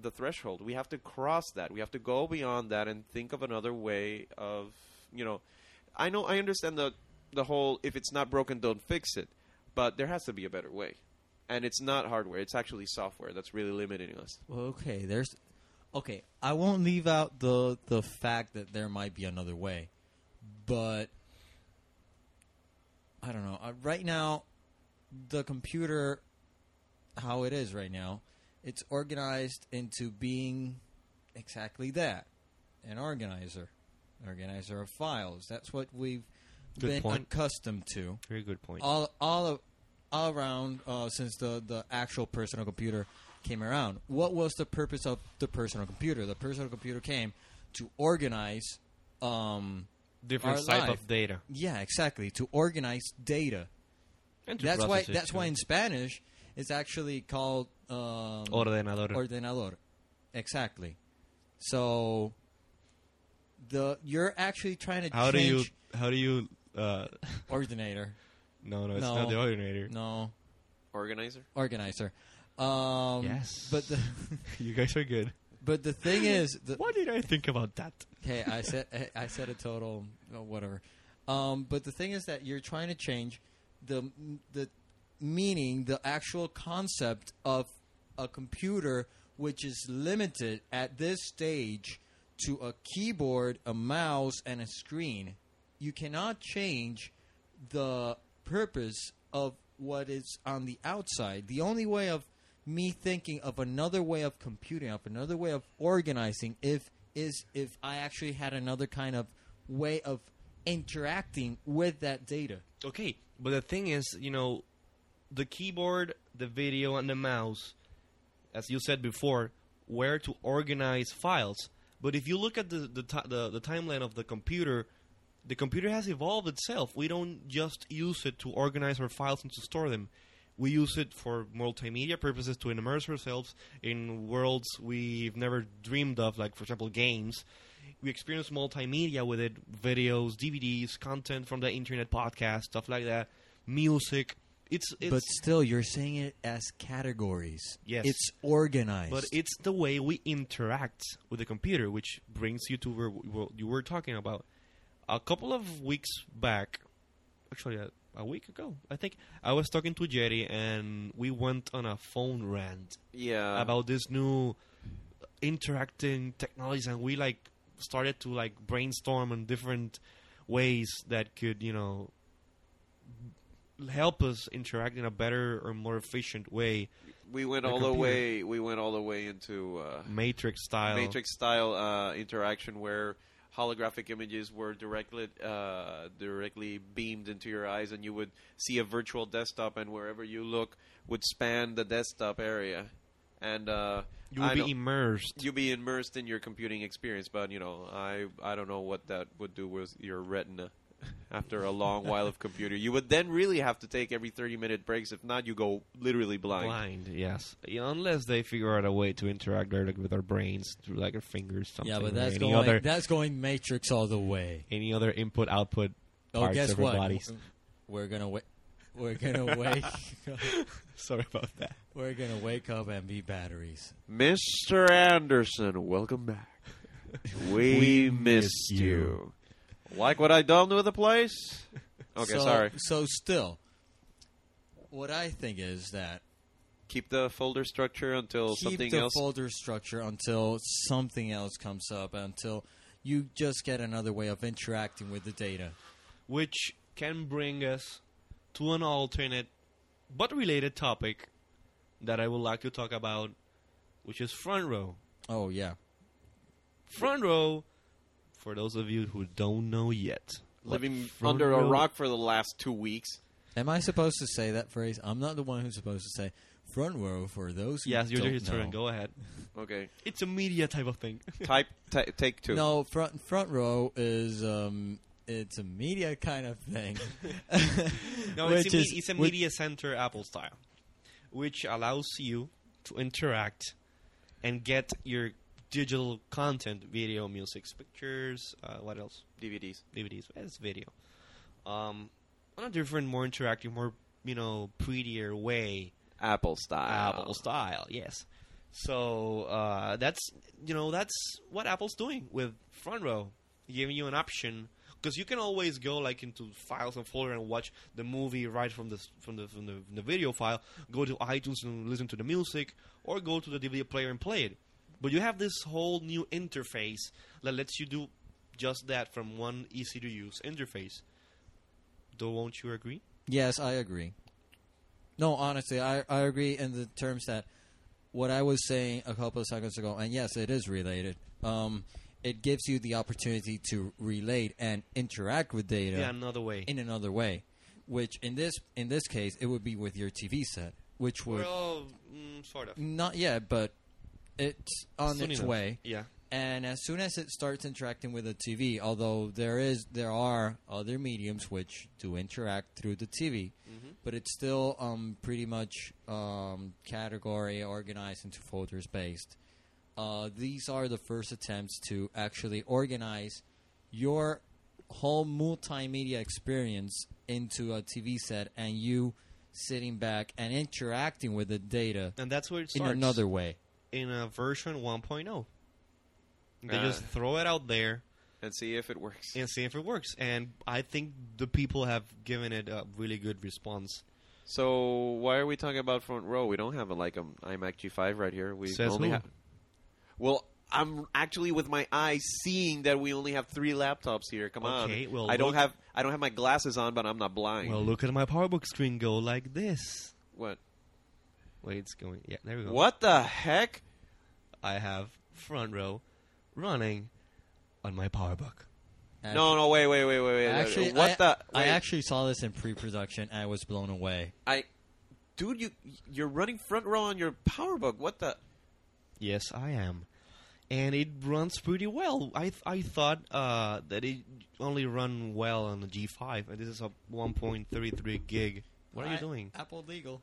Speaker 2: the threshold. We have to cross that. We have to go beyond that and think of another way of you know. I know I understand the the whole if it's not broken, don't fix it, but there has to be a better way. And it's not hardware; it's actually software that's really limiting us.
Speaker 1: Okay, there's okay. I won't leave out the the fact that there might be another way, but I don't know. Uh, right now, the computer, how it is right now, it's organized into being exactly that, an organizer, organizer of files. That's what we've
Speaker 3: Good
Speaker 1: been
Speaker 3: point.
Speaker 1: accustomed to
Speaker 3: Very good point.
Speaker 1: all all of, all around uh, since the the actual personal computer came around. What was the purpose of the personal computer? The personal computer came to organize. Um,
Speaker 3: Different
Speaker 1: our
Speaker 3: type
Speaker 1: life.
Speaker 3: of data.
Speaker 1: yeah, exactly. To organize data,
Speaker 3: And to
Speaker 1: That's why.
Speaker 3: process it,
Speaker 1: That's why
Speaker 3: yeah.
Speaker 1: in Spanish it's actually called um,
Speaker 3: Ordenador.
Speaker 1: ordenador. Exactly. So the you're actually trying to
Speaker 3: how do you?
Speaker 1: change
Speaker 3: How do you? Uh,
Speaker 1: ordinator.
Speaker 3: no, no, it's
Speaker 1: No.
Speaker 3: not the ordinator.
Speaker 1: No,
Speaker 2: Organizer.
Speaker 1: organizer. Um,
Speaker 3: Yes.
Speaker 1: But the
Speaker 3: You guys are good.
Speaker 1: but the thing is, the,
Speaker 3: Why did I think about that?
Speaker 1: Hey, I said I said a total uh, whatever. Um, but the thing is that you're trying to change the the meaning, the actual concept of a computer, which is limited at this stage to a keyboard, a mouse, and a screen. You cannot change the purpose of what is on the outside. The only way of me thinking of another way of computing, of another way of organizing, if is if I actually had another kind of way of interacting with that data.
Speaker 3: Okay, but the thing is, you know, the keyboard, the video, and the mouse, as you said before, where to organize files. But if you look at the the, ti- the the timeline of the computer, the computer has evolved itself. We don't just use it to organize our files and to store them. We use it for multimedia purposes to immerse ourselves in worlds we've never dreamed of, like for example games we experience multimedia with it videos dvds content from the internet podcast stuff like that music it's it's
Speaker 1: but still, you're saying it as categories.
Speaker 3: Yes.
Speaker 1: it's organized.
Speaker 3: but it's the way we interact with the computer which brings you to where w- what you were talking about a couple of weeks back actually a, a week ago i think i was talking to jerry and we went on a phone rant
Speaker 2: Yeah.
Speaker 3: about this new interacting technologies and we like started to like brainstorm on different ways that could you know help us interact in a better or more efficient way
Speaker 2: we went
Speaker 3: the
Speaker 2: all the
Speaker 3: computer.
Speaker 2: way. We went all the way into uh,
Speaker 3: matrix style
Speaker 2: Matrix style uh, interaction where holographic images were directly uh, directly beamed into your eyes, and you would see a virtual desktop, and wherever you look would span the desktop area, and uh,
Speaker 3: you will
Speaker 2: I
Speaker 3: be
Speaker 2: don't-
Speaker 3: immersed
Speaker 2: you'll be immersed in your computing experience. But you know, I I don't know what that would do with your retina. After a long while of computer, you would then really have to take every thirty-minute breaks. If not, you go literally
Speaker 3: blind yes unless they figure out a way to interact directly with our brains through like our fingers something
Speaker 1: yeah, but
Speaker 3: or
Speaker 1: that's
Speaker 3: any
Speaker 1: going
Speaker 3: other
Speaker 1: that's going Matrix all the way.
Speaker 3: any other input output
Speaker 1: Oh,
Speaker 3: parts
Speaker 1: guess
Speaker 3: of our
Speaker 1: what?
Speaker 3: bodies
Speaker 1: We're gonna wait. We're gonna wake.
Speaker 3: sorry about that
Speaker 1: we're gonna wake up and be batteries.
Speaker 2: Mr. Anderson, welcome back. We, missed
Speaker 3: you.
Speaker 2: you. Like what I done with the place? Okay,
Speaker 1: So-
Speaker 2: sorry.
Speaker 1: So still, what I think is that
Speaker 2: Keep the folder structure until
Speaker 1: keep
Speaker 2: something
Speaker 1: the
Speaker 2: else.
Speaker 1: folder structure until something else comes up until you just get another way of interacting with the data.
Speaker 3: which can bring us to an alternate but related topic that I would like to talk about, which is front row.
Speaker 1: Oh yeah,
Speaker 3: Front row, for those of you who don't know yet, what
Speaker 2: living
Speaker 3: front
Speaker 2: under a
Speaker 3: row-
Speaker 2: rock for the last two weeks.
Speaker 1: am I supposed to say that phrase? I'm not the one who's supposed to say front row for those. Who
Speaker 3: Yes, you're the
Speaker 1: don't
Speaker 3: historian.
Speaker 1: know.
Speaker 3: Go ahead.
Speaker 2: Okay,
Speaker 3: It's a media type of thing.
Speaker 2: type t- take two.
Speaker 1: No, front front row is um, it's a media kind of thing.
Speaker 3: no,
Speaker 1: Which
Speaker 3: it's a, me-
Speaker 1: is-
Speaker 3: it's a
Speaker 1: which-
Speaker 3: media center Apple style, which allows you to interact and get your digital content, video, music, pictures, uh, what else?
Speaker 2: DVDs.
Speaker 3: DVDs as video, um, on a different, more interactive, more you know, prettier way,
Speaker 2: Apple style.
Speaker 3: Apple style. Yes. So uh, that's you know that's what Apple's doing with Front Row, giving you an option because you can always go like into files and folder and watch the movie right from the s- from the from the, from the video file. Go to iTunes and listen to the music, or go to the DVD player and play it. But you have this whole new interface that lets you do just that from one easy to use interface. Though, won't you agree?
Speaker 1: Yes, I agree. No, honestly, I, I agree in the terms that what I was saying a couple of seconds ago, and yes, it is related. Um, it gives you the opportunity to relate and interact with data
Speaker 3: Yeah, another way.
Speaker 1: in another way, which in this in this case it would be with your TV set, which would
Speaker 3: well, mm, sort of.
Speaker 1: not yet, but it's on
Speaker 3: Soon
Speaker 1: its
Speaker 3: enough.
Speaker 1: way
Speaker 3: Yeah.
Speaker 1: and as soon as it starts interacting with the TV, although there is there are other mediums which do interact through the TV, but it's still um, pretty much um, category organized into folders based. Uh, these are the first attempts to actually organize your whole multimedia experience into a TV set, and you sitting back and interacting with the data
Speaker 3: and that's where it
Speaker 1: in
Speaker 3: starts.
Speaker 1: another way.
Speaker 3: in a version 1.0. They
Speaker 2: Uh.
Speaker 3: just throw it out there
Speaker 2: and see if it works.
Speaker 3: and see if it works. And I think the people have given it a really good response.
Speaker 2: So why are we talking about front row? We don't have a, like an iMac G5 right here. We
Speaker 3: Says
Speaker 2: only
Speaker 3: who?
Speaker 2: have. Well, I'm actually with my eyes seeing that we only have three laptops here. Come
Speaker 3: Okay,
Speaker 2: on.
Speaker 3: well,
Speaker 2: I don't
Speaker 3: look-
Speaker 2: have I don't have my glasses on, but I'm not blind.
Speaker 3: Well, look at my PowerBook screen go like this.
Speaker 2: what?
Speaker 3: Wait, it's going. Yeah, there we go.
Speaker 2: What the heck?
Speaker 3: I have front row running on my PowerBook.
Speaker 2: No, no, wait, wait, wait, wait, wait.
Speaker 1: Actually,
Speaker 2: what
Speaker 1: I,
Speaker 2: the?
Speaker 1: I
Speaker 2: wait.
Speaker 1: actually saw this in pre-production and I was blown away.
Speaker 2: I, dude, you you're running front row on your PowerBook. What the?
Speaker 3: Yes, I am. And it runs pretty well. I th- I thought uh, that it only run well on the G5, and this is a 1.33 gig. What are you doing?
Speaker 1: Apple legal.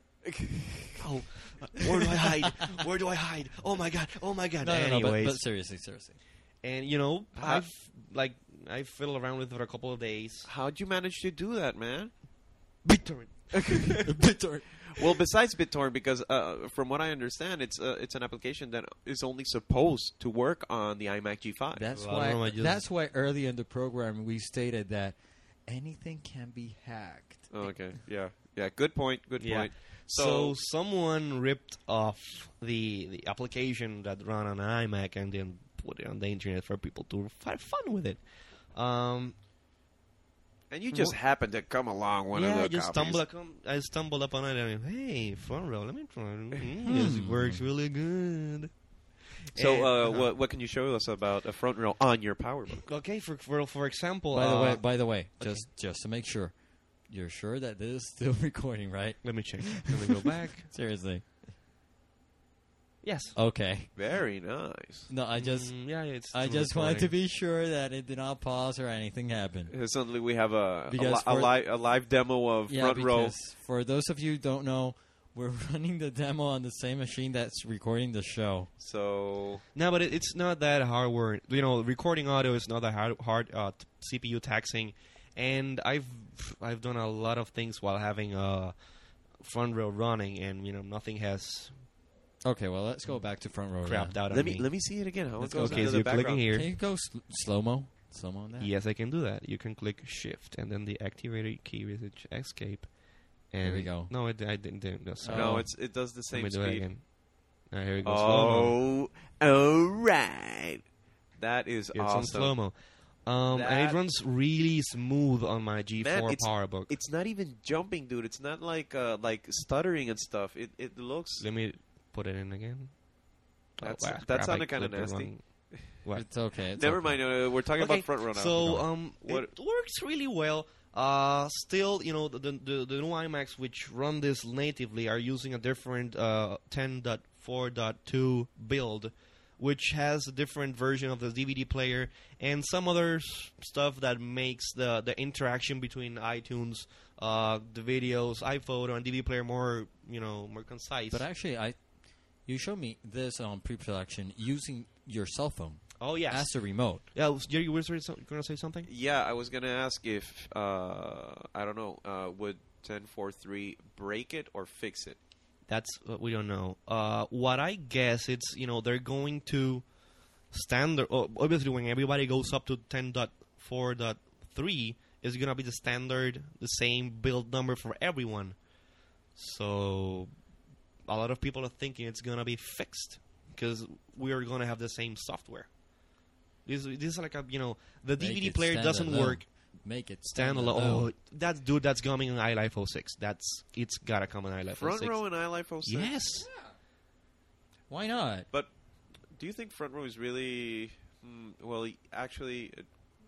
Speaker 3: Oh, uh, where do I hide? Where do I hide? Oh my god! Oh my god!
Speaker 1: No, no, no. But,
Speaker 3: Anyways,
Speaker 1: but seriously, seriously.
Speaker 3: and you know,
Speaker 2: Ah.
Speaker 3: I've like I fiddle around with it for a couple of days.
Speaker 2: How'd you manage to do that, man?
Speaker 3: BitTorrent.
Speaker 2: Well, besides BitTorrent, because uh, from what I understand, it's uh, it's an application that is only supposed to work on the iMac G5.
Speaker 1: That's
Speaker 3: Well, I don't know, I
Speaker 1: why.
Speaker 3: just-
Speaker 1: That's why early in the program we stated that anything can be hacked.
Speaker 2: Oh, okay. Yeah. Yeah. Good point. Good
Speaker 3: Yeah.
Speaker 2: point.
Speaker 3: So
Speaker 2: So,
Speaker 3: someone ripped off the the application that ran on an iMac and then put it on the internet for people to have fun with it. Um,
Speaker 2: and you just happened to come along one
Speaker 3: yeah,
Speaker 2: of the
Speaker 3: I just
Speaker 2: copies.
Speaker 3: stumbled. Upon, I stumbled upon it. and I mean, hey, front row. Let me try. it. Mm, this works really good.
Speaker 2: Hmm. So,
Speaker 3: And-
Speaker 2: uh,
Speaker 3: uh-huh.
Speaker 2: what what can you show us about a front row on your PowerBook?
Speaker 3: Okay, for for for example,
Speaker 1: By the
Speaker 3: uh,
Speaker 1: way, by the way, just just to make sure, you're sure that this is still recording, right?
Speaker 3: let me check. Let me go back.
Speaker 1: Seriously.
Speaker 3: Yes.
Speaker 1: Okay.
Speaker 2: Very nice.
Speaker 1: No, I just
Speaker 3: Mm, yeah, it's.
Speaker 1: I
Speaker 3: still
Speaker 1: just wanted to
Speaker 3: recording.
Speaker 1: be sure that it did not pause or anything happened.
Speaker 2: Uh, Suddenly we have a a,
Speaker 1: Because
Speaker 2: li- a,
Speaker 1: for-
Speaker 2: li- a live demo of
Speaker 1: Yeah,
Speaker 2: front row.
Speaker 1: because for those of you who don't know, we're running the demo on the same machine that's recording the show.
Speaker 2: So
Speaker 3: No, but it, it's not that hardware. You know, recording audio is not that hard, hard uh, t- CPU taxing, and I've I've done a lot of things while having a front row running, and you know nothing has
Speaker 1: Okay, well, let's go back to front row.
Speaker 3: crapped out
Speaker 2: let
Speaker 3: on
Speaker 2: me let me see it again. How
Speaker 1: Let's
Speaker 2: it
Speaker 1: go.
Speaker 2: goes
Speaker 3: Okay,
Speaker 2: into
Speaker 3: so
Speaker 2: the
Speaker 3: you're clicking
Speaker 2: background.
Speaker 1: now.
Speaker 3: here.
Speaker 1: Can you go sl- slow mo? Slow mo on that?
Speaker 3: Yes, I can do that. You can click Shift and then the activated key is ch- Escape. And
Speaker 1: we go.
Speaker 3: No, it, I didn't. didn't no, sorry.
Speaker 2: No,
Speaker 1: Oh.
Speaker 2: it's it does the
Speaker 3: Let
Speaker 2: same
Speaker 3: me do it
Speaker 2: speed.
Speaker 3: again. Now here it goes. slow-mo.
Speaker 2: Oh, all right. That is
Speaker 3: It's in
Speaker 2: awesome.
Speaker 3: slow mo. Um, and
Speaker 2: That-
Speaker 3: it runs really smooth on my G4
Speaker 2: Man, it's-
Speaker 3: PowerBook.
Speaker 2: It's not even jumping, dude. It's not like uh, like stuttering and stuff. It it looks.
Speaker 3: Let me put it in again. Oh,
Speaker 2: That's-
Speaker 3: wow,
Speaker 2: that
Speaker 3: crap,
Speaker 2: sounded
Speaker 3: I
Speaker 2: kinda
Speaker 3: clicked the
Speaker 2: nasty.
Speaker 3: wrong- What?
Speaker 1: It's okay. It's
Speaker 2: Never
Speaker 1: okay.
Speaker 2: mind. Uh, we're talking
Speaker 3: Okay,
Speaker 2: about front row now.
Speaker 3: So
Speaker 1: Go
Speaker 3: um,
Speaker 2: What-
Speaker 3: it works really well. Uh, still, you know, the, the the the new IMAX which run this natively are using a different uh 10.4.2 build, which has a different version of the DVD player and some other s- stuff that makes the the interaction between iTunes, uh, the videos, iPhoto, and DVD player more you know more concise.
Speaker 1: But actually, I you showed me this on pre-production using your cell phone
Speaker 3: oh yes,
Speaker 1: as a remote.
Speaker 3: yeah. Jerry, you were going to say something?
Speaker 2: yeah, I was gonna ask if uh, I don't know. Uh, would ten four three break it or fix it?
Speaker 3: That's what we don't know. Uh, what I guess it's you know they're going to standard. oh, Obviously, when everybody goes up to ten point four point three, it's gonna be the standard, the same build number for everyone. So a lot of people are thinking it's gonna be fixed because we are gonna have the same software. This this is like a you know the
Speaker 1: Make
Speaker 3: DVD
Speaker 1: it
Speaker 3: player doesn't
Speaker 1: standalone.
Speaker 3: work
Speaker 1: Make it
Speaker 3: standalone. Oh, that's dude, that's coming on iLife 06. That's it's gotta come on iLife
Speaker 2: Front
Speaker 3: 06.
Speaker 2: row and iLife 06?
Speaker 3: Yes.
Speaker 1: Why not?
Speaker 2: But do you think front row is really? Mm, well, actually,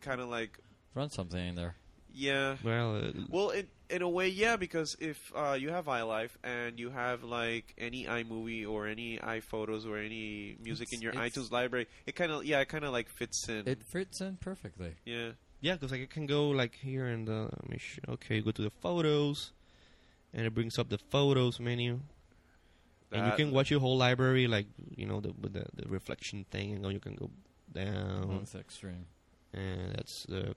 Speaker 2: kind of like
Speaker 1: Run something in there.
Speaker 2: Yeah.
Speaker 3: Well, uh,
Speaker 2: Well, in in a way, yeah, because if uh, you have iLife and you have like any iMovie or any iPhotos or any music in
Speaker 1: It's-
Speaker 2: your
Speaker 1: it's-
Speaker 2: iTunes library, it kind of yeah, it kind of like fits in.
Speaker 1: It fits in perfectly.
Speaker 2: yeah.
Speaker 3: yeah, because like I can go like here and uh, let me sh- okay, go to the photos, and it brings up the photos menu, and you
Speaker 2: That-
Speaker 3: can watch your whole library like you know the with the, the reflection thing, and you can go down,
Speaker 1: That's extreme.
Speaker 3: and that's the c-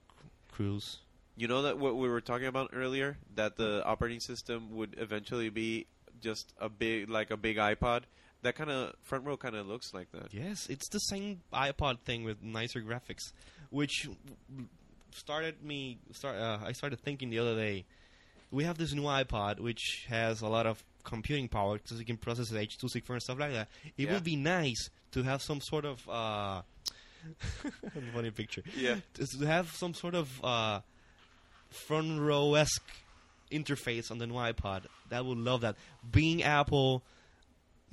Speaker 3: cruise.
Speaker 2: You know that what we were talking about earlier that the operating system would eventually be just a big like a big iPod. That kind of front row kind of looks like that.
Speaker 3: Yes, it's the same iPod thing with nicer graphics, which w- started me. Start, uh, I started thinking the other day. We have this new iPod which has a lot of computing power because it can process H.264 and stuff like that. It
Speaker 2: Yeah.
Speaker 3: would be nice to have some sort of uh, funny picture.
Speaker 2: Yeah.
Speaker 3: To to have some sort of uh, front row esque interface on the new iPod. That would love that. Being Apple,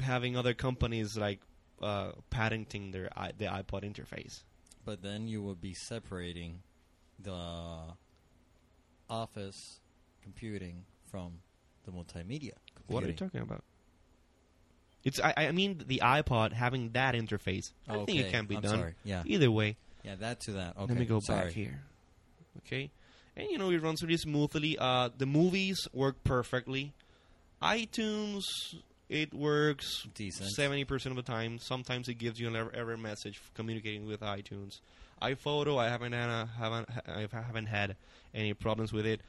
Speaker 3: having other companies like uh, patenting their i- the iPod interface.
Speaker 1: But then you would be separating the office computing from the multimedia. Computing.
Speaker 3: What are you talking about? It's I, I mean the iPod having that interface. I think it
Speaker 1: Oh, Okay,
Speaker 3: can be
Speaker 1: I'm
Speaker 3: done.
Speaker 1: sorry. Yeah.
Speaker 3: Either way,
Speaker 1: Yeah, that to that. Okay,
Speaker 3: let me go
Speaker 1: sorry.
Speaker 3: back here. Okay, and you know it runs really smoothly. Uh, the movies work perfectly. iTunes it works
Speaker 1: Decent.
Speaker 3: seventy percent of the time. Sometimes it gives you an error- error message f- communicating with iTunes. iPhoto I haven't had a- haven't ha- I haven't had any problems with it.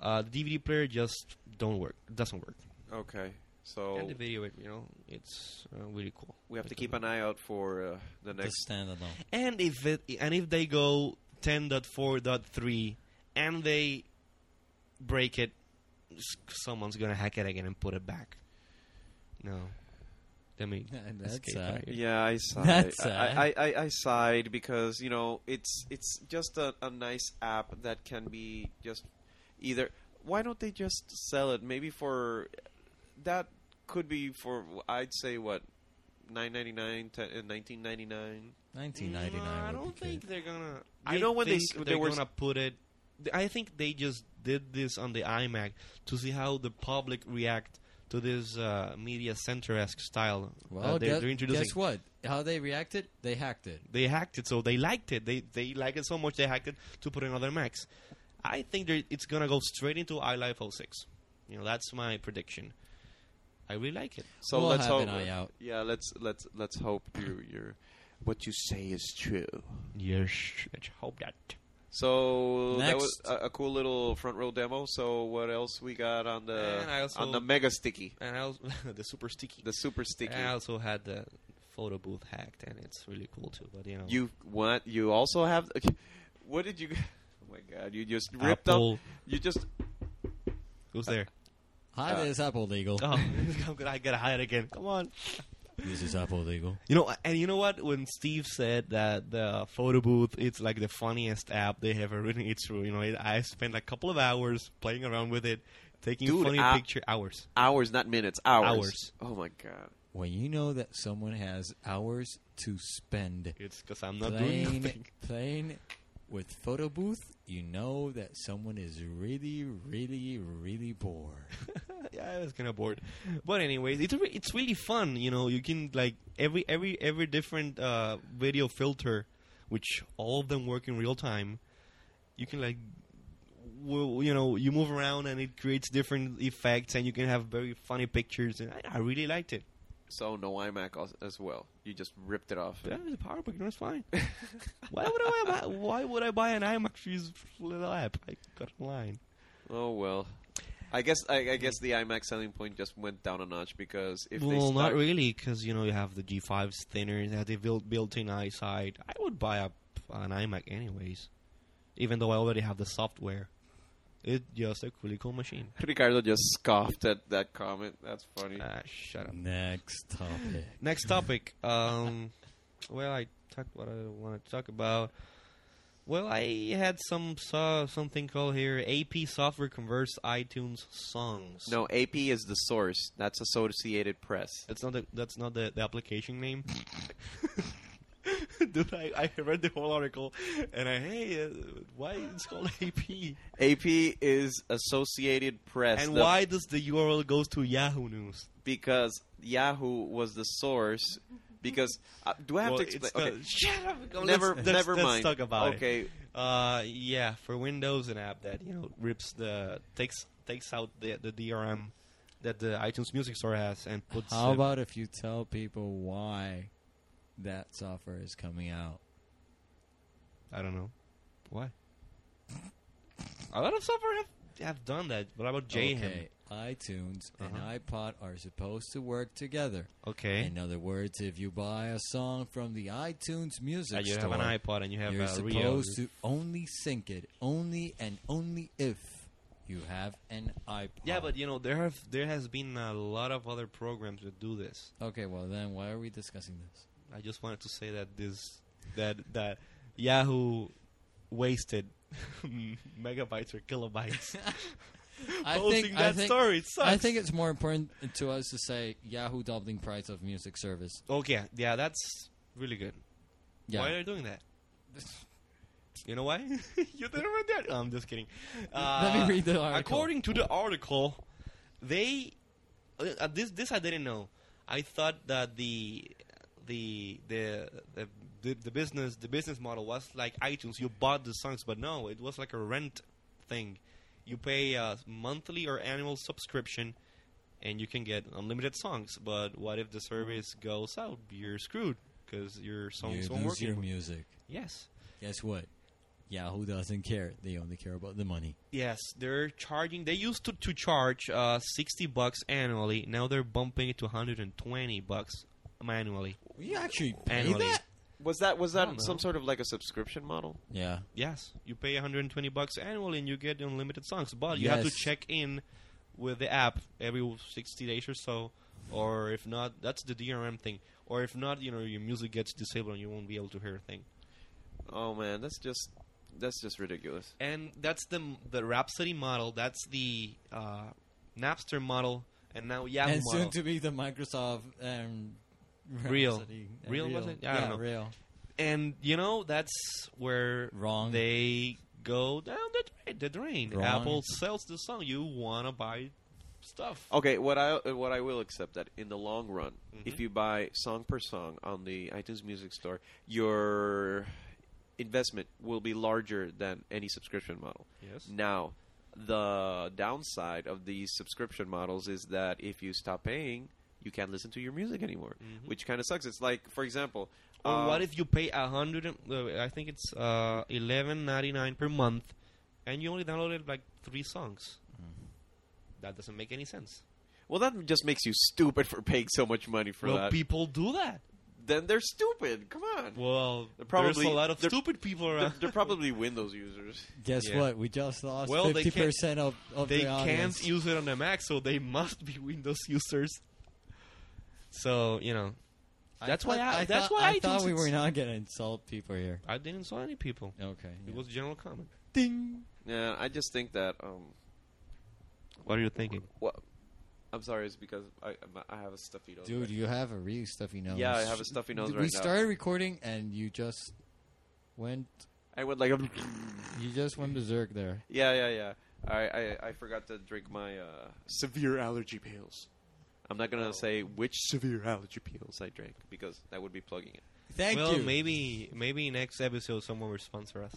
Speaker 3: Uh, the DVD player just don't work. Doesn't work.
Speaker 2: Okay. So
Speaker 3: And the video, it, you know, it's uh, really cool.
Speaker 2: Oh. we have to
Speaker 3: Like,
Speaker 2: keep an eye out for uh, the
Speaker 1: The
Speaker 2: next
Speaker 1: standalone.
Speaker 3: And if it, and if they go 10.4.3 and they break it, s- someone's gonna hack it again and put it back. No, let me
Speaker 1: And that's uh,
Speaker 3: escape
Speaker 1: sad.
Speaker 3: out of here.
Speaker 2: Yeah, I sighed.
Speaker 1: That's sad.
Speaker 2: I, I, I, I sighed because you know it's it's just a, a nice app that can be just either. Why don't they just sell it? Maybe for that could be for I'd say what nine ninety nine to nineteen ninety nine.
Speaker 3: No, I
Speaker 1: 1999. would be
Speaker 3: don't
Speaker 1: good.
Speaker 3: think they're gonna.
Speaker 2: You
Speaker 3: I
Speaker 2: know when they
Speaker 3: think
Speaker 2: s- they
Speaker 3: they're
Speaker 2: were s-
Speaker 3: gonna put it. I think they just did this on the iMac to see how the public react to this uh, media center esque style.
Speaker 1: Well,
Speaker 3: uh, they're,
Speaker 1: guess,
Speaker 3: they're introducing.
Speaker 1: guess what? How they reacted? They hacked it.
Speaker 3: They hacked it, so they liked it. They they liked it so much they hacked it to put in other Macs. I think they're- it's gonna go straight into iLife 06. You know, that's my prediction. I really like it.
Speaker 2: So
Speaker 1: We'll
Speaker 2: let's
Speaker 1: have
Speaker 2: hope.
Speaker 1: an eye out.
Speaker 2: Yeah, let's let's let's hope you you what you say is true.
Speaker 3: Yes, let's hope that.
Speaker 2: So that was
Speaker 1: Next.
Speaker 2: a, a cool little front row demo. So what else we got on
Speaker 3: And I
Speaker 2: the
Speaker 3: also-
Speaker 2: on the mega sticky,
Speaker 3: And I also, the super sticky.
Speaker 2: the super sticky?
Speaker 3: I also had the photo booth hacked, and it's really cool too. But you know,
Speaker 2: You what? You also have? What did you? Oh my god! You just ripped
Speaker 3: Apple.
Speaker 2: up. You just
Speaker 3: who's there?
Speaker 1: Hi,
Speaker 2: Uh,
Speaker 1: this is Apple Legal.
Speaker 3: Oh, I'm gonna, I gotta hide again. Come on.
Speaker 1: This is Apple Legal.
Speaker 3: You know, and you know what? When Steve said that the photo booth, it's like the funniest app they have ever written. It's true. You know, it, I spent a couple of hours playing around with it, taking
Speaker 2: Dude,
Speaker 3: funny
Speaker 2: I-
Speaker 3: picture hours.
Speaker 2: hours, not minutes. Hours.
Speaker 3: Hours.
Speaker 2: Oh my god!
Speaker 1: When you know that someone has hours to spend
Speaker 3: It's because I'm not doing
Speaker 1: playing,
Speaker 3: nothing.
Speaker 1: playing with photo booth, you know that someone is really, really, really bored.
Speaker 3: yeah, I was kind of bored. But anyways, it's re- it's really fun. You know, you can like every every every different uh, video filter, which all of them work in real time. You can like, w- you know, you move around and it creates different effects, and you can have very funny pictures. And I, I really liked it.
Speaker 2: So no iMac als- as well. You just ripped it off.
Speaker 3: But it's a power book, you know, it's fine. why would I buy? Why would I buy an iMac for this little app? I got online.
Speaker 2: Oh well. I guess I, I guess the iMac selling point just went down a notch because if they
Speaker 3: well,
Speaker 2: stuck,
Speaker 3: not really, because you know you have the G5's thinner, it has the built built-in eyesight. I would buy a, an iMac anyways, even though I already have the software. It's just a really cool machine.
Speaker 2: Ricardo just scoffed at that comment. That's funny.
Speaker 3: Ah, shut up.
Speaker 1: Next topic.
Speaker 3: Next topic. Um, well, I talked what I want to talk about. Well, I had some saw something called here AP software converts iTunes songs.
Speaker 2: No, AP is the source. That's Associated Press.
Speaker 3: That's not the that's not the, the application name. dude, I, I read the whole article, and I hey, uh, why it's called AP,
Speaker 2: AP is Associated Press.
Speaker 3: and
Speaker 2: the-
Speaker 3: why does the URL goes to Yahoo News?
Speaker 2: Because Yahoo was the source. Because uh, do I have
Speaker 3: Well,
Speaker 2: to
Speaker 3: it's
Speaker 2: explain?
Speaker 3: the-
Speaker 2: Okay.
Speaker 3: Shut up. go,
Speaker 2: Never-
Speaker 3: let's-
Speaker 2: never
Speaker 3: let's,
Speaker 2: mind.
Speaker 3: Let's talk about it.
Speaker 2: Okay.
Speaker 3: Uh, yeah, for Windows, an app that you know rips the takes takes out the the DRM that the iTunes Music Store has and puts.
Speaker 1: How
Speaker 3: uh,
Speaker 1: about if you tell people why that software is coming out?
Speaker 3: I don't know why. A lot of software have have done that. What about E JHAM?
Speaker 1: Okay, iTunes
Speaker 3: Uh-huh.
Speaker 1: and iPod are supposed to work together.
Speaker 3: Okay.
Speaker 1: In other words, if you buy a song from the iTunes music
Speaker 3: Uh, you have
Speaker 1: store,
Speaker 3: an iPod and you have
Speaker 1: you're
Speaker 3: a
Speaker 1: supposed
Speaker 3: Rio.
Speaker 1: to only sync it only and only if you have an iPod.
Speaker 3: Yeah, but you know there have there has been a lot of other programs that do this.
Speaker 1: okay, well then why are we discussing this?
Speaker 3: I just wanted to say that this that that Yahoo wasted megabytes or kilobytes
Speaker 1: I
Speaker 3: posting
Speaker 1: think-
Speaker 3: that
Speaker 1: I think-
Speaker 3: story. It sucks.
Speaker 1: I think it's more important to us to say Yahoo doubling price of music service.
Speaker 3: okay. Yeah, that's really good.
Speaker 1: Yeah,
Speaker 3: Why are you doing that? You know why? you didn't read that. Oh, I'm just kidding. Uh,
Speaker 1: Let me read the article.
Speaker 3: According to the article, they uh, uh, this this I didn't know. I thought that the the the the, the, the business the business model was like iTunes. You bought the songs, but no, it was like a rent thing. You pay a monthly or annual subscription, and you can get unlimited songs. But what if the service goes out? You're screwed because your songs
Speaker 1: you
Speaker 3: won't
Speaker 1: lose
Speaker 3: work
Speaker 1: your
Speaker 3: anymore.
Speaker 1: music.
Speaker 3: Yes.
Speaker 1: Guess what? Yahoo doesn't care. They only care about the money.
Speaker 3: Yes, they're charging. They used to, to charge uh, sixty bucks annually. Now they're bumping it to hundred and twenty bucks manually.
Speaker 1: You actually
Speaker 3: Annually,
Speaker 2: Was that was
Speaker 3: don't
Speaker 2: that
Speaker 3: know.
Speaker 2: some sort of like a subscription model?
Speaker 1: Yeah.
Speaker 3: yes, you pay hundred and twenty bucks annually and you get unlimited songs. But you have to
Speaker 1: Yes.
Speaker 3: check in with the app every sixty days or so, or if not, that's the DRM thing. Or if not, you know your music gets disabled and you won't be able to hear a thing.
Speaker 2: Oh man, that's just that's just ridiculous.
Speaker 3: and that's the the Rhapsody model. That's the uh, Napster model, and now Yahoo
Speaker 1: and
Speaker 3: model.
Speaker 1: soon to be the Microsoft um,
Speaker 3: Real.
Speaker 1: Rhapsody.
Speaker 3: Real, was it? I don't know.
Speaker 1: real.
Speaker 3: and you know that's where
Speaker 1: Wrong.
Speaker 3: they go down the drain. The drain.
Speaker 1: Wrong.
Speaker 3: Apple sells the song. You wanna buy stuff.
Speaker 2: Okay, what I uh, what I will accept that in the long run,
Speaker 3: Mhm.
Speaker 2: if you buy song per song on the iTunes Music Store, your investment will be larger than any subscription model.
Speaker 3: Yes.
Speaker 2: Now, the downside of these subscription models is that if you stop paying, you can't listen to your music anymore,
Speaker 3: Mhm.
Speaker 2: which kind of sucks. It's like, for example,
Speaker 3: Or
Speaker 2: uh,
Speaker 3: what if you pay a hundred? and- uh, I think it's uh, eleven ninety nine per month, and you only downloaded like three songs. That doesn't make any sense.
Speaker 2: well, that just makes you stupid for paying so much money for
Speaker 3: well,
Speaker 2: that.
Speaker 3: people do that.
Speaker 2: then they're stupid. Come on,
Speaker 3: Well, uh,
Speaker 2: They're
Speaker 3: there's
Speaker 2: probably-
Speaker 3: a lot of
Speaker 2: they're-
Speaker 3: stupid people
Speaker 2: they're,
Speaker 3: around.
Speaker 2: they're probably Windows users.
Speaker 1: Guess
Speaker 3: Yeah.
Speaker 1: what? We just lost
Speaker 3: Well, they
Speaker 1: fifty percent of, of
Speaker 3: they
Speaker 1: the audience.
Speaker 3: can't use it on the Mac, so they must be Windows users. So you know,
Speaker 1: I
Speaker 3: that's why.
Speaker 1: thought-
Speaker 3: I,
Speaker 1: I
Speaker 3: that's
Speaker 1: thought,
Speaker 3: why
Speaker 1: I thought
Speaker 3: iTunes
Speaker 1: we
Speaker 3: is-
Speaker 1: were not going to insult people here.
Speaker 3: I didn't saw any people.
Speaker 1: Okay.
Speaker 3: It
Speaker 1: yeah.
Speaker 3: was general comment.
Speaker 1: Ding.
Speaker 2: Yeah, I just think that. Um,
Speaker 3: What are you thinking?
Speaker 2: Well, I'm sorry, it's because I I have a stuffy nose.
Speaker 1: Dude,
Speaker 2: right
Speaker 1: you have a really stuffy nose.
Speaker 2: Yeah, I have a stuffy nose
Speaker 1: we
Speaker 2: right now.
Speaker 1: started recording and you just went
Speaker 2: now. I went like a.
Speaker 1: you just went berserk there.
Speaker 2: Yeah, yeah, yeah. I, I I forgot to drink my uh, severe allergy pills. I'm not gonna say which severe allergy pills I drank because that would be plugging it.
Speaker 1: Thank
Speaker 3: well,
Speaker 1: you.
Speaker 3: maybe maybe next episode someone will sponsor us.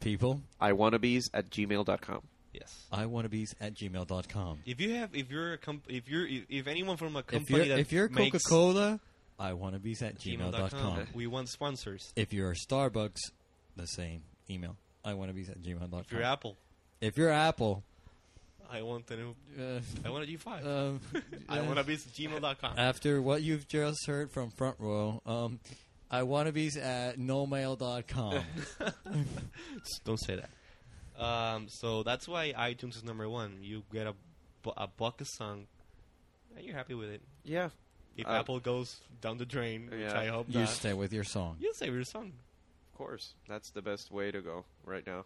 Speaker 1: People,
Speaker 2: I wannabes at gmail.com.
Speaker 3: Yes.
Speaker 1: I want to be at gmail.com.
Speaker 3: If you have, if you're a comp- if you're, if, if anyone from a
Speaker 1: If
Speaker 3: company
Speaker 1: you're,
Speaker 3: that
Speaker 1: if you're Coca
Speaker 3: makes
Speaker 1: Cola, I want to be at
Speaker 3: gmail.com,
Speaker 1: gmail.com.
Speaker 3: we want sponsors.
Speaker 1: If you're Starbucks, the same email. I want to be at gmail.com.
Speaker 3: If you're Apple,
Speaker 1: If you're Apple,
Speaker 3: I want a new,
Speaker 1: uh,
Speaker 3: I want a G5.
Speaker 1: um,
Speaker 3: I
Speaker 1: uh,
Speaker 3: want to be gmail.com.
Speaker 1: after what you've just heard from Front Row, um, I want to be at nomail.com.
Speaker 3: Don't say that. Um, so that's why iTunes is number one. You get a, bu- a buck a song, and you're happy with it.
Speaker 2: Yeah.
Speaker 3: If
Speaker 2: Uh,
Speaker 3: Apple goes down the drain, which
Speaker 2: yeah.
Speaker 3: I hope
Speaker 1: you
Speaker 3: not,
Speaker 1: stay with your song.
Speaker 3: you save your song.
Speaker 2: Of course, that's the best way to go right now.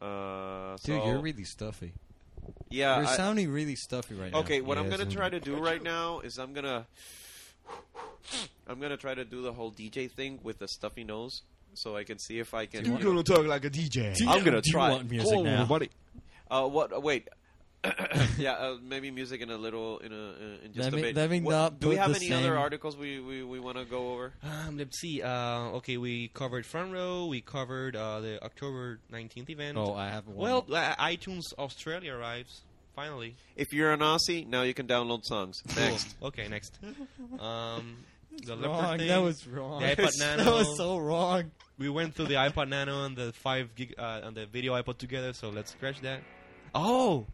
Speaker 2: Uh,
Speaker 1: Dude,
Speaker 2: so-
Speaker 1: you're really stuffy.
Speaker 2: yeah.
Speaker 1: you're
Speaker 2: I-
Speaker 1: sounding really stuffy right now.
Speaker 2: okay, what I'm
Speaker 1: Yes,
Speaker 2: gonna
Speaker 1: and-
Speaker 2: try to do right now is I'm gonna. I'm gonna try to do the whole DJ thing with a stuffy nose, so I can see if I can.
Speaker 3: You're
Speaker 2: you know-
Speaker 3: gonna talk like a DJ.
Speaker 1: Do you-
Speaker 2: I'm gonna
Speaker 1: do you
Speaker 2: try.
Speaker 1: want music now?
Speaker 3: buddy.
Speaker 2: Uh, what? Uh, wait. yeah, uh, maybe music in a little in a in just
Speaker 1: Let
Speaker 2: a
Speaker 1: me-
Speaker 2: bit.
Speaker 1: let me
Speaker 2: What-
Speaker 1: not
Speaker 2: do we
Speaker 1: put
Speaker 2: have
Speaker 1: the
Speaker 2: any other
Speaker 1: same-
Speaker 2: articles we we, we want to go over?
Speaker 3: Um, let's see. Uh, okay, we covered front row. We covered uh, the October 19th event.
Speaker 1: Oh, I have one.
Speaker 3: well, uh, iTunes Australia arrives finally.
Speaker 2: If you're an Aussie, now you can download songs. Next.
Speaker 3: Cool. Okay, next. Um, the
Speaker 1: wrong.
Speaker 3: Leopard thing.
Speaker 1: That was wrong.
Speaker 3: The iPod Nano.
Speaker 1: that was so wrong.
Speaker 3: we went through the iPod Nano and the five gig uh, and the video I put together. So let's scratch that. Oh,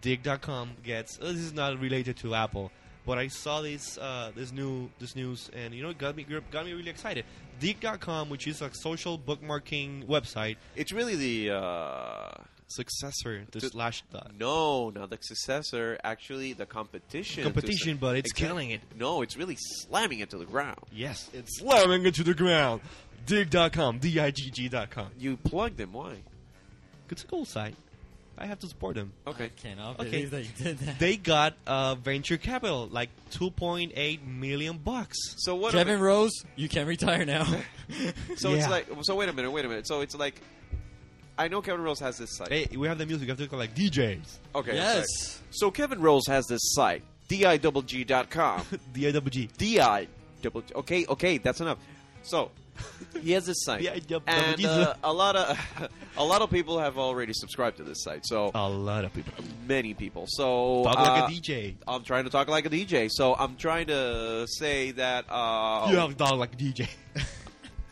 Speaker 3: Dig.com gets. Uh, this is not related to Apple, but I saw this uh, this new this news, and you know, it got me got me really excited. Dig.com, which is a social bookmarking website,
Speaker 2: It's really the uh,
Speaker 3: successor to
Speaker 2: To-
Speaker 3: Slashdot.
Speaker 2: no, not the successor. Actually, the competition. to-
Speaker 3: Competition, but it's
Speaker 2: Exactly.
Speaker 3: killing it.
Speaker 2: No, it's really slamming it to the ground.
Speaker 3: Yes, it's slamming into the ground. Dig.com, D-I-G-G.com.
Speaker 2: You plug them. Why?
Speaker 3: It's a cool site. I have to support them.
Speaker 2: Okay.
Speaker 1: I cannot
Speaker 3: Okay.
Speaker 1: believe that you did that.
Speaker 3: They got uh, venture capital, like 2.8 million bucks.
Speaker 2: So what? are
Speaker 1: Kevin Rose, you can retire now.
Speaker 2: we- so it's
Speaker 3: Yeah.
Speaker 2: like. So wait a minute. Wait a minute. So it's like. I know Kevin Rose has this site.
Speaker 3: Hey, we have the music. We have to call like DJs.
Speaker 2: Okay. I'm sorry.
Speaker 1: yes.
Speaker 2: So Kevin Rose has this site, diwg.com.
Speaker 3: D-I-W-G.
Speaker 2: Di double. Okay, okay, that's enough. So he has this site,
Speaker 3: D-I-double-G.
Speaker 2: and uh, a lot of a lot of people have already subscribed to this site. So
Speaker 3: A lot of Oh, people.
Speaker 2: many people. So
Speaker 3: Talk
Speaker 2: uh,
Speaker 3: like a DJ.
Speaker 2: I'm trying to talk like a DJ. So I'm trying to say that
Speaker 1: Oh.
Speaker 2: uh,
Speaker 3: You have to talk like a DJ.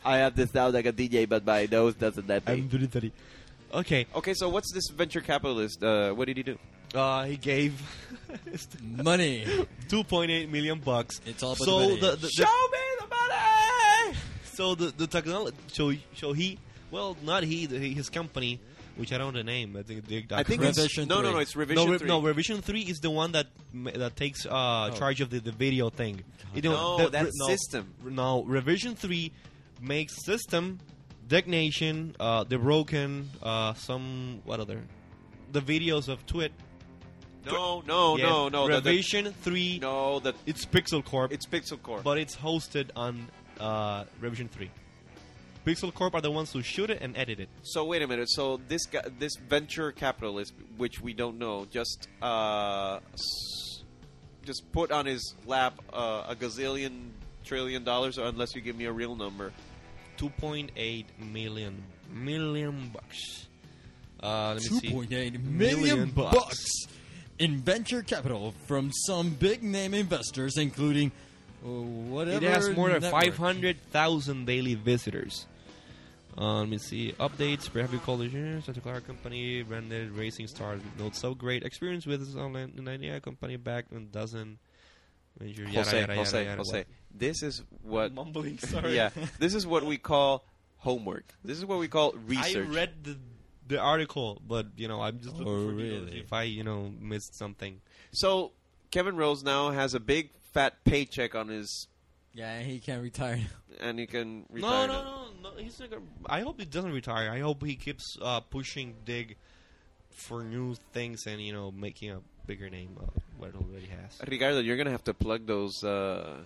Speaker 2: I have to sound like a DJ, but my nose doesn't let
Speaker 3: I'm very sorry. Okay.
Speaker 2: Okay, so what's this venture capitalist? Uh, what did he do?
Speaker 3: Uh, he gave
Speaker 1: Money.
Speaker 3: 2.8 million bucks.
Speaker 1: It's all about
Speaker 3: so
Speaker 1: the money.
Speaker 3: the, the,
Speaker 2: Show me the money.
Speaker 3: so the the technology. So so he well not he the, his company, which I don't know the name. I think Dig.
Speaker 2: I think
Speaker 1: Revision
Speaker 2: it's, no, no,
Speaker 1: three.
Speaker 2: no. It's revision
Speaker 3: no, re-
Speaker 2: three.
Speaker 3: no. Revision three is the one that ma- that takes uh, charge of the, the video thing. You
Speaker 2: No,
Speaker 3: that-
Speaker 2: that's system.
Speaker 3: No, revision three makes system, designation, uh, the broken, uh, some what other, the videos of Twit.
Speaker 2: no, no,
Speaker 3: Yes,
Speaker 2: Oh, no, no. the- the-
Speaker 3: Revision three.
Speaker 2: no, the
Speaker 3: It's Pixel Corp,
Speaker 2: it's Pixel Core.
Speaker 3: but it's hosted on uh, revision three. Pixel Corp are the ones who shoot it and edit it.
Speaker 2: So wait a minute. So this guy, this venture capitalist, which we don't know, just uh, s- just put on his lap uh, a gazillion trillion dollars, unless you give me a real number.
Speaker 3: 2.8 million million bucks. Uh, let me
Speaker 1: Two
Speaker 3: see.
Speaker 1: point eight
Speaker 3: Million
Speaker 1: million
Speaker 3: bucks.
Speaker 1: bucks in venture capital from some big name investors, including uh,
Speaker 3: It
Speaker 1: whatever.
Speaker 3: has more than
Speaker 1: network.
Speaker 3: 500,000 daily visitors. Uh, let me see. Updates. Perhaps you call the Santa Clara company, branded racing stars with not so great experience with this online an idea company back and dozen. Major yada,
Speaker 2: Jose,
Speaker 3: yada, yada,
Speaker 2: Jose,
Speaker 3: yada,
Speaker 2: Jose. This is
Speaker 3: what-
Speaker 2: what.
Speaker 3: Mumbling. Sorry.
Speaker 2: Yeah, this is what we call homework. This is what we call research.
Speaker 3: I read the the article, but you know I'm just looking
Speaker 1: Oh,
Speaker 3: for details
Speaker 1: really?
Speaker 3: if I you know missed something.
Speaker 2: so Kevin Rose now has a big fat paycheck on his,
Speaker 1: Yeah, he can retire.
Speaker 2: and he can
Speaker 3: No,
Speaker 2: retire. now.
Speaker 3: no, no, no. He's not gonna, I hope he doesn't retire. I hope he keeps uh, pushing Dig for new things and you know making a bigger name of what it already has.
Speaker 2: Ricardo, you're gonna have to plug those uh,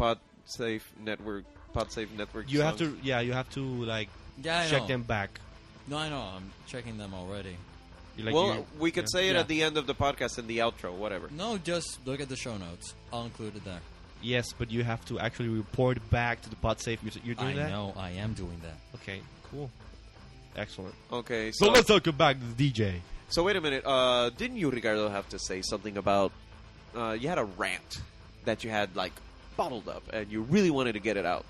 Speaker 2: PodSafe network. PodSafe network.
Speaker 3: You have
Speaker 2: songs.
Speaker 3: to, yeah, you have to like
Speaker 1: Yeah, I
Speaker 3: check
Speaker 1: know.
Speaker 3: them back.
Speaker 1: No, I know. I'm checking them already.
Speaker 3: You, like,
Speaker 2: well,
Speaker 3: you-
Speaker 2: we could
Speaker 3: yeah.
Speaker 2: say it
Speaker 1: Yeah.
Speaker 2: at the end of the podcast in the outro, whatever.
Speaker 1: No, just look at the show notes. I'll include it there.
Speaker 3: yes, but you have to actually report back to the PodSafe. You're, you're doing
Speaker 1: I
Speaker 3: that.
Speaker 1: know. I am doing that.
Speaker 3: Okay, cool, excellent.
Speaker 2: Okay,
Speaker 3: So
Speaker 2: so
Speaker 3: let's talk back to the DJ.
Speaker 2: so wait a minute. Uh, didn't you, Ricardo, have to say something about? Uh, you had a rant that you had like bottled up, and you really wanted to get it out.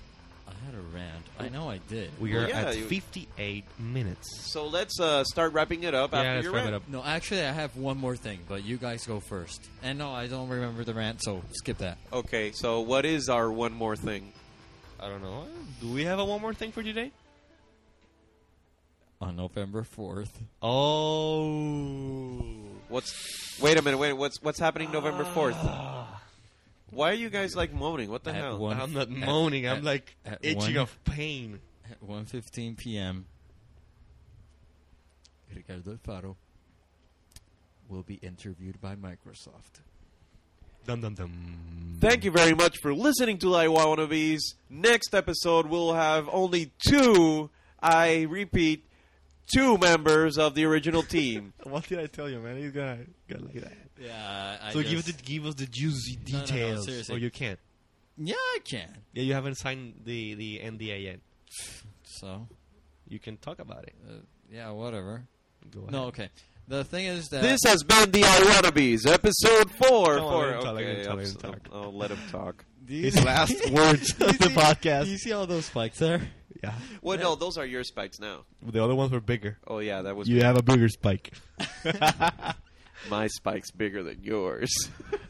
Speaker 1: I had a rant. I know I did.
Speaker 3: We
Speaker 2: Well,
Speaker 3: are
Speaker 2: yeah,
Speaker 3: at
Speaker 2: you-
Speaker 3: 58 minutes.
Speaker 2: So let's uh, start wrapping it up
Speaker 3: yeah,
Speaker 2: after
Speaker 3: let's
Speaker 2: your
Speaker 3: wrap
Speaker 2: rant.
Speaker 3: it up.
Speaker 1: No, actually, I have one more thing, but you guys go first. And no, I don't remember the rant, so skip that.
Speaker 2: Okay, so what is our one more thing?
Speaker 3: I don't know. Do we have a one more thing for today?
Speaker 1: On November 4th,
Speaker 3: Oh.
Speaker 2: What's? Wait a minute. Wait. What's what's happening November fourth? Why are you guys like moaning? What the
Speaker 1: At
Speaker 2: hell?
Speaker 1: one-
Speaker 3: I'm not
Speaker 1: Ah. at-
Speaker 3: moaning. I'm
Speaker 1: at-
Speaker 3: like
Speaker 1: at
Speaker 3: itching
Speaker 1: one-
Speaker 3: of pain.
Speaker 1: at 1.15 p.m., Ricardo Alfaro will be interviewed by Microsoft.
Speaker 3: Dum dum dum.
Speaker 2: Thank
Speaker 5: Thank you very much for listening to I Wannabes. Next episode, we'll have only two, I repeat, two members of the original team.
Speaker 3: What did I tell you, man? You gotta, gotta like that.
Speaker 1: Yeah, I
Speaker 3: so
Speaker 1: just,
Speaker 3: give us the give us the juicy
Speaker 1: No, no, no,
Speaker 3: details,
Speaker 1: seriously.
Speaker 3: or you can't.
Speaker 1: Yeah, I can.
Speaker 3: Yeah, you haven't signed the the NDA yet.
Speaker 1: So,
Speaker 3: You can talk about it.
Speaker 1: uh, yeah, whatever.
Speaker 3: Go ahead.
Speaker 1: No, okay. The thing is that
Speaker 2: This
Speaker 5: This has been the I Wannabes, episode four.
Speaker 3: Come on,
Speaker 5: four.
Speaker 3: let him talk, let him
Speaker 5: okay,
Speaker 3: talk, let him
Speaker 5: episode-
Speaker 3: talk.
Speaker 5: I'll let him talk.
Speaker 1: these,
Speaker 3: His last words of the podcast.
Speaker 1: You see all those spikes there?
Speaker 3: yeah,
Speaker 5: Well, no, those are your spikes now.
Speaker 3: the other ones were bigger.
Speaker 5: Oh, yeah, that was
Speaker 3: You have a bigger spike.
Speaker 5: my spikes bigger than yours.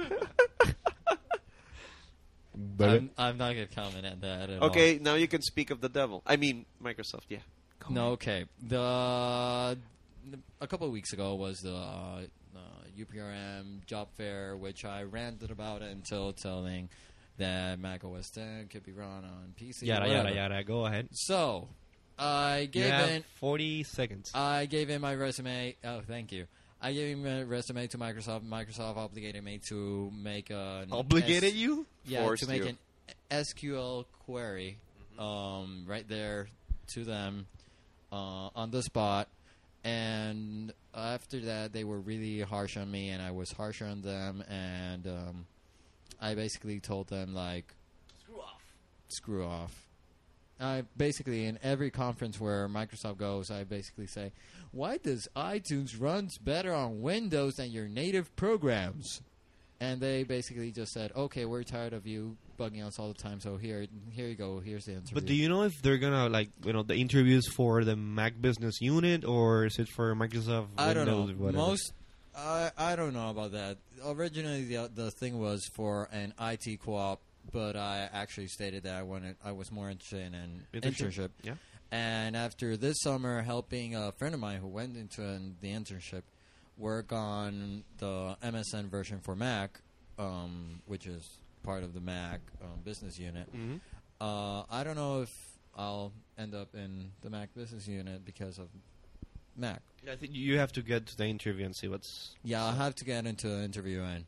Speaker 3: But
Speaker 1: I'm, I'm not gonna comment on that at all.
Speaker 5: okay, now you can speak of the devil. I mean, Microsoft, yeah.
Speaker 1: No, okay. The a couple of weeks ago was the uh, uh, UPRM job fair, which I ranted about it until telling that Mac OS 10 could be run on PC.
Speaker 3: yada
Speaker 1: whatever.
Speaker 3: yada yada. Go ahead.
Speaker 1: So I
Speaker 3: You
Speaker 1: gave
Speaker 3: have
Speaker 1: in.
Speaker 3: forty seconds.
Speaker 1: I gave in my resume. Oh, thank you. I gave in my resume to Microsoft. Microsoft obligated me to make an S-
Speaker 3: you?
Speaker 1: yeah,
Speaker 5: Forced
Speaker 1: to make
Speaker 5: you. Mm-hmm.
Speaker 1: an SQL query um, right there to them uh, on the spot. And after that, they were really harsh on me, and I was harsher on them. And um, I basically told them like, "Screw off, screw off." I basically in every conference where Microsoft goes, I basically say, "Why does iTunes runs better on Windows than your native programs?" and they basically just said, "Okay, we're tired of you bugging us all the time. So here, here you go. Here's the interview."
Speaker 3: But do you know if they're gonna like you know the interviews for the Mac Business Unit or is it for Microsoft?
Speaker 1: I don't know.
Speaker 3: Windows, Whatever?
Speaker 1: Most, I I don't know about that. Originally, the uh, the thing was for an IT co-op, but I actually stated that I wanted I was more interested in an
Speaker 3: Internship.
Speaker 1: internship.
Speaker 3: Yeah.
Speaker 1: And after this summer, helping a friend of mine who went into an, the internship work on the MSN version for Mac, um, which is part of the Mac um, business unit. Uh, I don't know if I'll end up in the Mac business unit because of Mac.
Speaker 3: I think you have to get to the interview and see what's.
Speaker 1: Yeah, I'll have to get into an interview and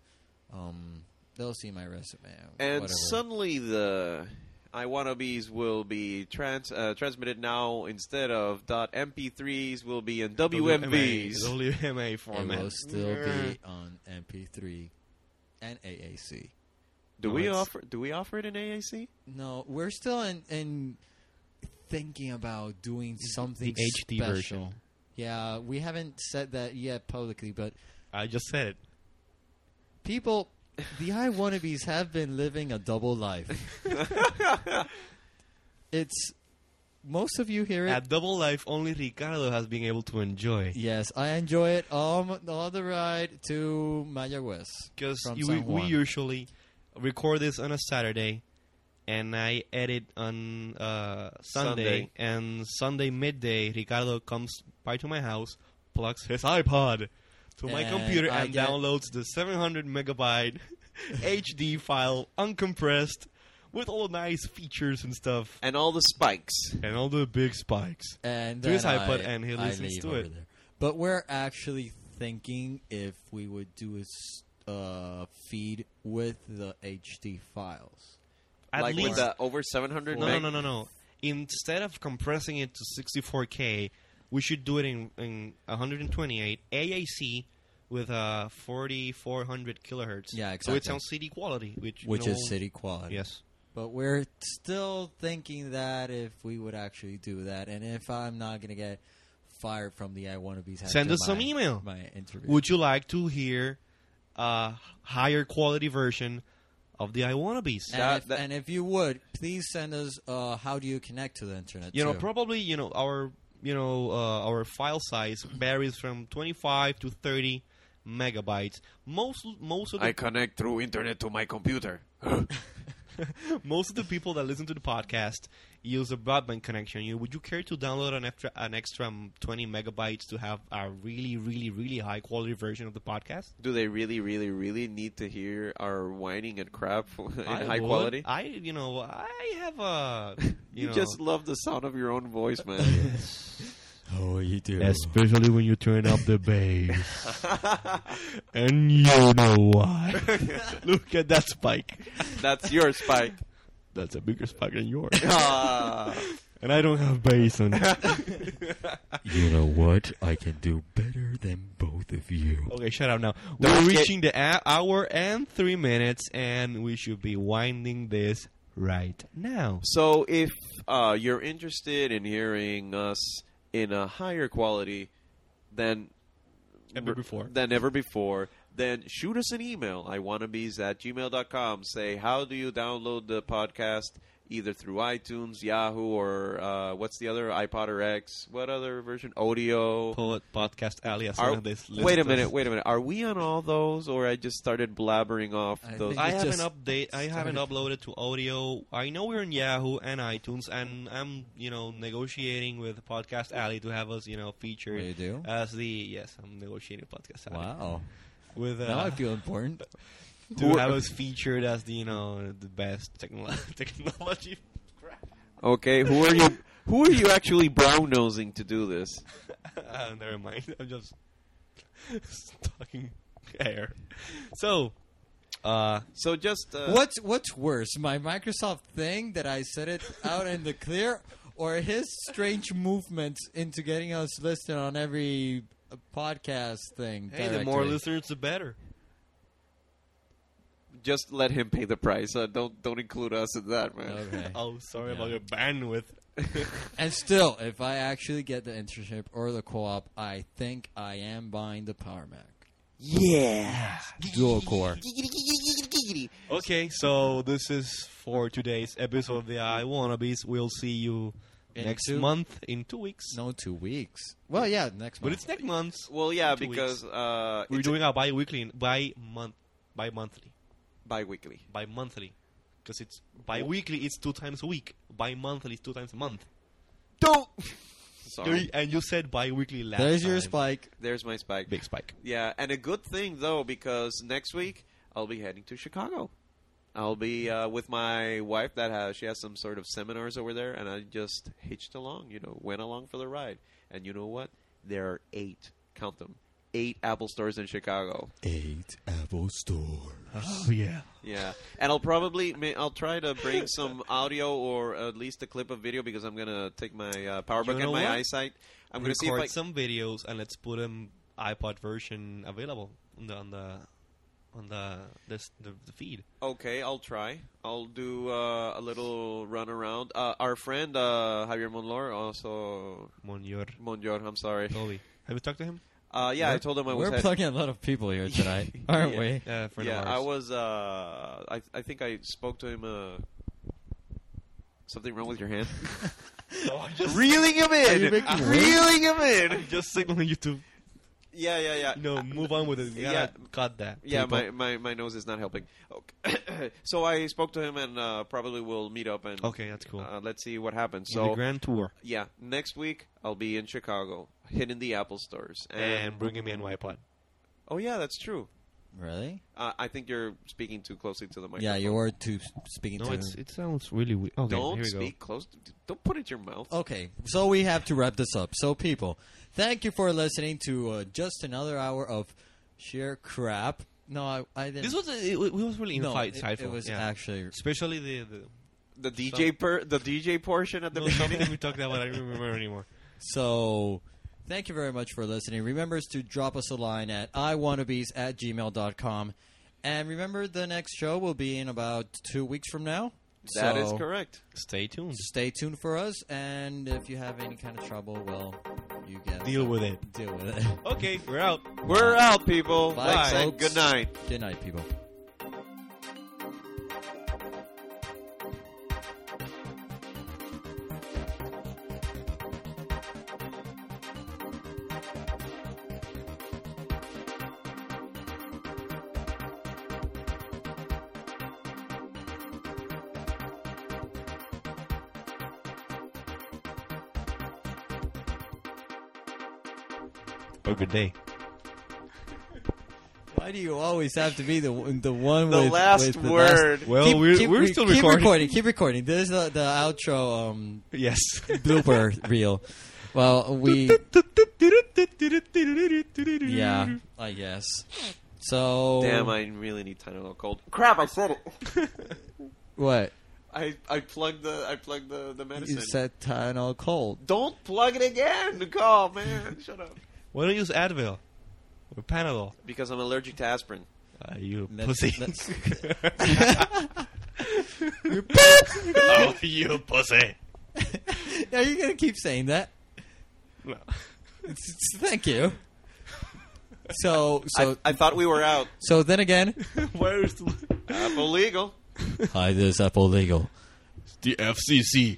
Speaker 1: um, they'll see my resume.
Speaker 5: And
Speaker 1: whatever.
Speaker 5: suddenly the I Wannabes will be trans, uh, transmitted now instead of .mp3s will be in WMVs.
Speaker 3: WMA
Speaker 1: it
Speaker 3: format.
Speaker 1: will still be on MP3 and AAC.
Speaker 5: Do
Speaker 3: No,
Speaker 5: we
Speaker 3: it's-
Speaker 5: offer? Do we offer it in AAC?
Speaker 1: No, we're still in, in thinking about doing something
Speaker 3: HD
Speaker 1: special.
Speaker 3: version.
Speaker 1: Yeah, we haven't said that yet publicly, but
Speaker 3: I just said it.
Speaker 1: people, the I wannabes have been living a double life. it's most of you hear it.
Speaker 3: At Double Life, only Ricardo has been able to enjoy.
Speaker 1: Yes, I enjoy it all, all the ride to Mayagüez.
Speaker 3: Because
Speaker 1: From
Speaker 3: we,
Speaker 1: San
Speaker 3: we
Speaker 1: Juan.
Speaker 3: usually record this on a Saturday, and I edit on uh, Sunday,
Speaker 5: Sunday.
Speaker 3: And Sunday midday, Ricardo comes by to my house, plugs his iPod to my
Speaker 1: And
Speaker 3: computer,
Speaker 1: I
Speaker 3: and
Speaker 1: get-
Speaker 3: downloads the 700 megabyte HD file, uncompressed, with all the nice features and stuff,
Speaker 5: And all the spikes.
Speaker 3: and all the big spikes.
Speaker 1: And
Speaker 3: To his
Speaker 1: then
Speaker 3: iPod,
Speaker 1: I-
Speaker 3: and he
Speaker 1: I
Speaker 3: listens
Speaker 1: leave
Speaker 3: to
Speaker 1: over
Speaker 3: it.
Speaker 1: there. But we're actually thinking if we would do a s- uh, feed with the HD files.
Speaker 3: At
Speaker 5: like
Speaker 3: least
Speaker 5: with the over 700
Speaker 3: No, no,
Speaker 5: meg?
Speaker 3: no, no, no. Instead of compressing it to 64K, we should do it in, in 128 AAC with uh, 4400 kilohertz.
Speaker 1: Yeah,
Speaker 3: So it
Speaker 1: exactly.
Speaker 3: sounds CD quality, which you
Speaker 1: Which
Speaker 3: know-
Speaker 1: is city quality.
Speaker 3: Yes.
Speaker 1: But we're still thinking that if we would actually do that, and if I'm not going to get fired from the I Wannabes, after
Speaker 3: Send us
Speaker 1: my-
Speaker 3: some email.
Speaker 1: My interview.
Speaker 3: Would you like to hear a higher quality version of the I Wannabes?
Speaker 1: and,
Speaker 5: That-
Speaker 1: if,
Speaker 5: that-
Speaker 1: and if you would, please send us uh, how do you connect to the internet.
Speaker 3: you know,
Speaker 1: too.
Speaker 3: probably you know our you know uh, our file size varies from 25 to 30 megabytes. Most most of the
Speaker 5: I connect through internet to my computer.
Speaker 3: Most of the people that listen to the podcast use a broadband connection. You, would you care to download an extra an extra um, 20 megabytes to have a really, really, really high quality version of the podcast?
Speaker 5: Do they really, really, really need to hear our whining and crap in
Speaker 3: I
Speaker 5: high
Speaker 3: would.
Speaker 5: quality?
Speaker 3: I, you know, I have a, you,
Speaker 5: You,
Speaker 3: know,
Speaker 5: just love the sound of your own voice, man.
Speaker 1: Oh, you do.
Speaker 3: Especially when you turn up the bass. and you know why. Look at that spike.
Speaker 2: That's your spike.
Speaker 3: That's a bigger spike than yours.
Speaker 2: Ah.
Speaker 3: and I don't have bass on it.
Speaker 1: You know what? I can do better than both of you.
Speaker 3: Okay, shut up now.
Speaker 2: Don't
Speaker 3: We're
Speaker 2: get-
Speaker 3: reaching the a- hour and three minutes, and we should be winding this right now.
Speaker 2: So, if uh, you're interested in hearing us in a higher quality than
Speaker 3: Ever before.
Speaker 2: than ever before, then shoot us an email. I want to bees at gmail.com. Say, how do you download the podcast? Either through iTunes, Yahoo, or uh, what's the other? iPod or X? What other version? Audio.
Speaker 3: Poet podcast alias
Speaker 2: Are-
Speaker 3: one of this
Speaker 2: wait a
Speaker 3: list.
Speaker 2: minute, wait a minute. Are we on all those, or I just started blabbering off
Speaker 1: I
Speaker 2: those?
Speaker 1: think-
Speaker 3: I
Speaker 1: It
Speaker 3: haven't
Speaker 1: just
Speaker 3: update. I haven't uploaded to audio. I know we're in Yahoo and iTunes, and I'm you know negotiating with Podcast Alley to have us you know featured
Speaker 1: You do?
Speaker 3: as the yes. I'm negotiating with Podcast Alley
Speaker 1: Wow.
Speaker 3: with uh,
Speaker 1: Now I feel important.
Speaker 3: to have us featured as the you know the best technolo- technology.
Speaker 2: okay, who are you? Who are you actually brown nosing to do this?
Speaker 3: uh, never mind. I'm just talking air. So, uh,
Speaker 2: So just uh,
Speaker 1: What's what's worse, my Microsoft thing that I said it out in the clear, or his strange movements into getting us listed on every uh, podcast thing?
Speaker 3: hey, the more
Speaker 1: directory?
Speaker 3: listeners, the better.
Speaker 2: Just let him pay the price. Uh, don't don't include us in that, man.
Speaker 1: Okay.
Speaker 3: Oh, sorry
Speaker 1: Eh. Yeah.
Speaker 3: about your bandwidth.
Speaker 1: and still, if I actually get the internship or the co-op, I think I am buying the Power Mac
Speaker 4: Yeah.
Speaker 1: dual core.
Speaker 3: Okay, so this is for today's episode of the I Wannabes. We'll see you
Speaker 1: In
Speaker 3: next
Speaker 1: two-
Speaker 3: month in two weeks.
Speaker 1: No, two weeks. Well, yeah, next
Speaker 3: But
Speaker 1: month.
Speaker 3: it's next month.
Speaker 2: Well, yeah,
Speaker 3: Two
Speaker 2: because uh,
Speaker 3: We're
Speaker 2: it's
Speaker 3: doing our bi-weekly, bi-month, bi-monthly,
Speaker 2: bi-weekly.
Speaker 3: bi-monthly. Because it's bi-weekly, it's two times a week. Bi-monthly is two times a month.
Speaker 2: Don't. Sorry.
Speaker 3: And you said bi-weekly last
Speaker 1: There's your
Speaker 3: time.
Speaker 1: spike.
Speaker 2: There's my spike.
Speaker 3: Big spike.
Speaker 2: Yeah, and a good thing though because next week I'll be heading to Chicago. I'll be uh, with my wife. That has she has some sort of seminars over there, and I just hitched along. You know, went along for the ride. And you know what? There are eight. Count them. Eight Apple stores in Chicago.
Speaker 1: Eight Apple Store.
Speaker 3: Oh, yeah.
Speaker 2: Yeah, and I'll probably may, I'll try to bring some audio or at least a clip of video because I'm gonna take my uh, power
Speaker 3: You
Speaker 2: book
Speaker 3: know
Speaker 2: and my
Speaker 3: what?
Speaker 2: eyesight. I'm gonna
Speaker 3: Record
Speaker 2: see if I
Speaker 3: some videos and let's put them iPod version available on the on the on the this, the, the feed.
Speaker 2: Okay, I'll try. I'll do uh, a little run around. Uh, our friend uh, Javier Monlor, also
Speaker 3: Monyor
Speaker 2: Monjor, I'm sorry.
Speaker 3: Toby. Have you talked to him?
Speaker 2: Uh, yeah, I told him I was.
Speaker 1: We're
Speaker 2: head-
Speaker 1: plugging a lot of people here tonight, aren't
Speaker 2: Yeah.
Speaker 1: we?
Speaker 3: Uh, friend
Speaker 2: yeah,
Speaker 3: of
Speaker 2: I
Speaker 3: ours.
Speaker 2: was. Uh, I I think I spoke to him. Uh, something wrong with your hand?
Speaker 3: No, I'm just,
Speaker 2: reeling him in,
Speaker 1: you making words?
Speaker 2: reeling him in.
Speaker 3: I'm just signaling you to
Speaker 2: Yeah, yeah, yeah.
Speaker 3: you know move on with it. You gotta
Speaker 2: Yeah.
Speaker 3: cut that.
Speaker 2: Yeah,
Speaker 3: people.
Speaker 2: my, my, my nose is not helping. Okay. so I spoke to him, and uh, probably we'll meet up and
Speaker 3: okay, that's cool.
Speaker 2: uh, let's see what happens.
Speaker 3: so the
Speaker 2: So
Speaker 3: grand tour
Speaker 2: yeah, next week I'll be in Chicago, hitting the Apple stores.
Speaker 3: and bringing me an iPod.
Speaker 2: oh yeah, that's true.
Speaker 1: Really?
Speaker 2: Uh, I think you're speaking too closely to the microphone.
Speaker 1: Yeah, you are too speaking
Speaker 3: No,
Speaker 1: to.
Speaker 3: it's it sounds really weird. Okay,
Speaker 2: Don't
Speaker 3: here we
Speaker 2: speak close. Don't put it in your mouth.
Speaker 1: Okay, so we have to wrap this up. So, people, thank you for listening to uh, just another hour of sheer crap. No, I, I
Speaker 3: go.
Speaker 1: didn't.
Speaker 3: This was a, it, it was really
Speaker 1: no, it,
Speaker 3: insightful.
Speaker 1: it was
Speaker 3: yeah.
Speaker 1: actually.
Speaker 3: especially the the.
Speaker 2: The DJ per, the DJ portion at the
Speaker 3: No, something we
Speaker 2: beginning.
Speaker 3: talked about. I don't remember anymore.
Speaker 1: So, thank you very much for listening. Remember to drop us a line at iwannabes at gmail.com. And remember, the next show will be in about two weeks from now.
Speaker 2: That is
Speaker 1: So,
Speaker 2: correct.
Speaker 3: Stay tuned.
Speaker 1: Stay tuned for us, and if you have any kind of trouble, well, you get
Speaker 3: Deal with it.
Speaker 1: deal with it.
Speaker 3: Okay, we're out.
Speaker 2: We're out, people.
Speaker 1: Bye,
Speaker 2: Thanks and
Speaker 1: folks.
Speaker 2: good night.
Speaker 1: Good night, people.
Speaker 3: Or good day.
Speaker 1: Why do you always have to be the the one
Speaker 2: The
Speaker 1: with
Speaker 2: last
Speaker 1: with the
Speaker 2: word.
Speaker 3: Well, we're, we're
Speaker 1: re-
Speaker 3: still
Speaker 1: keep
Speaker 3: recording.
Speaker 1: Keep recording. There's the the outro um,
Speaker 3: Yes.
Speaker 1: blooper reel. Well, we. yeah, I guess. So.
Speaker 2: Damn, I really need Tylenol cold. Crap, I said it.
Speaker 1: What?
Speaker 2: I, I plugged the I plugged the, the medicine.
Speaker 1: You said Tylenol cold.
Speaker 2: Don't plug it again. Call man, shut up.
Speaker 3: Why don't you use Advil or Panadol?
Speaker 2: Because I'm allergic to aspirin.
Speaker 3: Uh, you
Speaker 1: That's-
Speaker 3: pussy.
Speaker 1: that's-
Speaker 3: oh, you pussy.
Speaker 1: Now you're gonna keep saying that.
Speaker 3: No.
Speaker 1: Thank you. So so
Speaker 2: I, I thought we were out.
Speaker 1: so then again.
Speaker 3: Why are we still?
Speaker 2: Apple legal.
Speaker 1: Hi, this is Apple Legal.
Speaker 3: The FCC.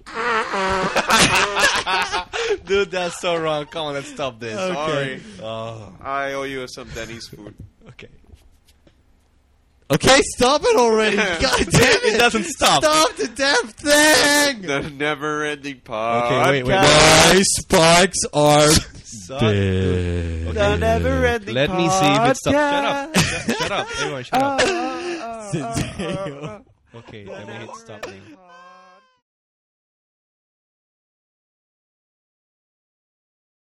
Speaker 3: Dude, that's so wrong. Come on, let's stop this.
Speaker 2: Sorry,
Speaker 3: Oh,
Speaker 2: I owe you some Denny's food.
Speaker 3: okay.
Speaker 1: Okay, stop it already! God damn it!
Speaker 3: It doesn't stop.
Speaker 1: Stop the damn thing!
Speaker 2: the never-ending podcast.
Speaker 3: wait, wait,
Speaker 1: My spikes are
Speaker 3: Son.
Speaker 1: big.
Speaker 2: The never-ending.
Speaker 3: Let me see if it stops. Shut up. Shut, shut up. Everyone, shut up.
Speaker 1: Today-
Speaker 3: Okay, let me hit stop now.
Speaker 2: up.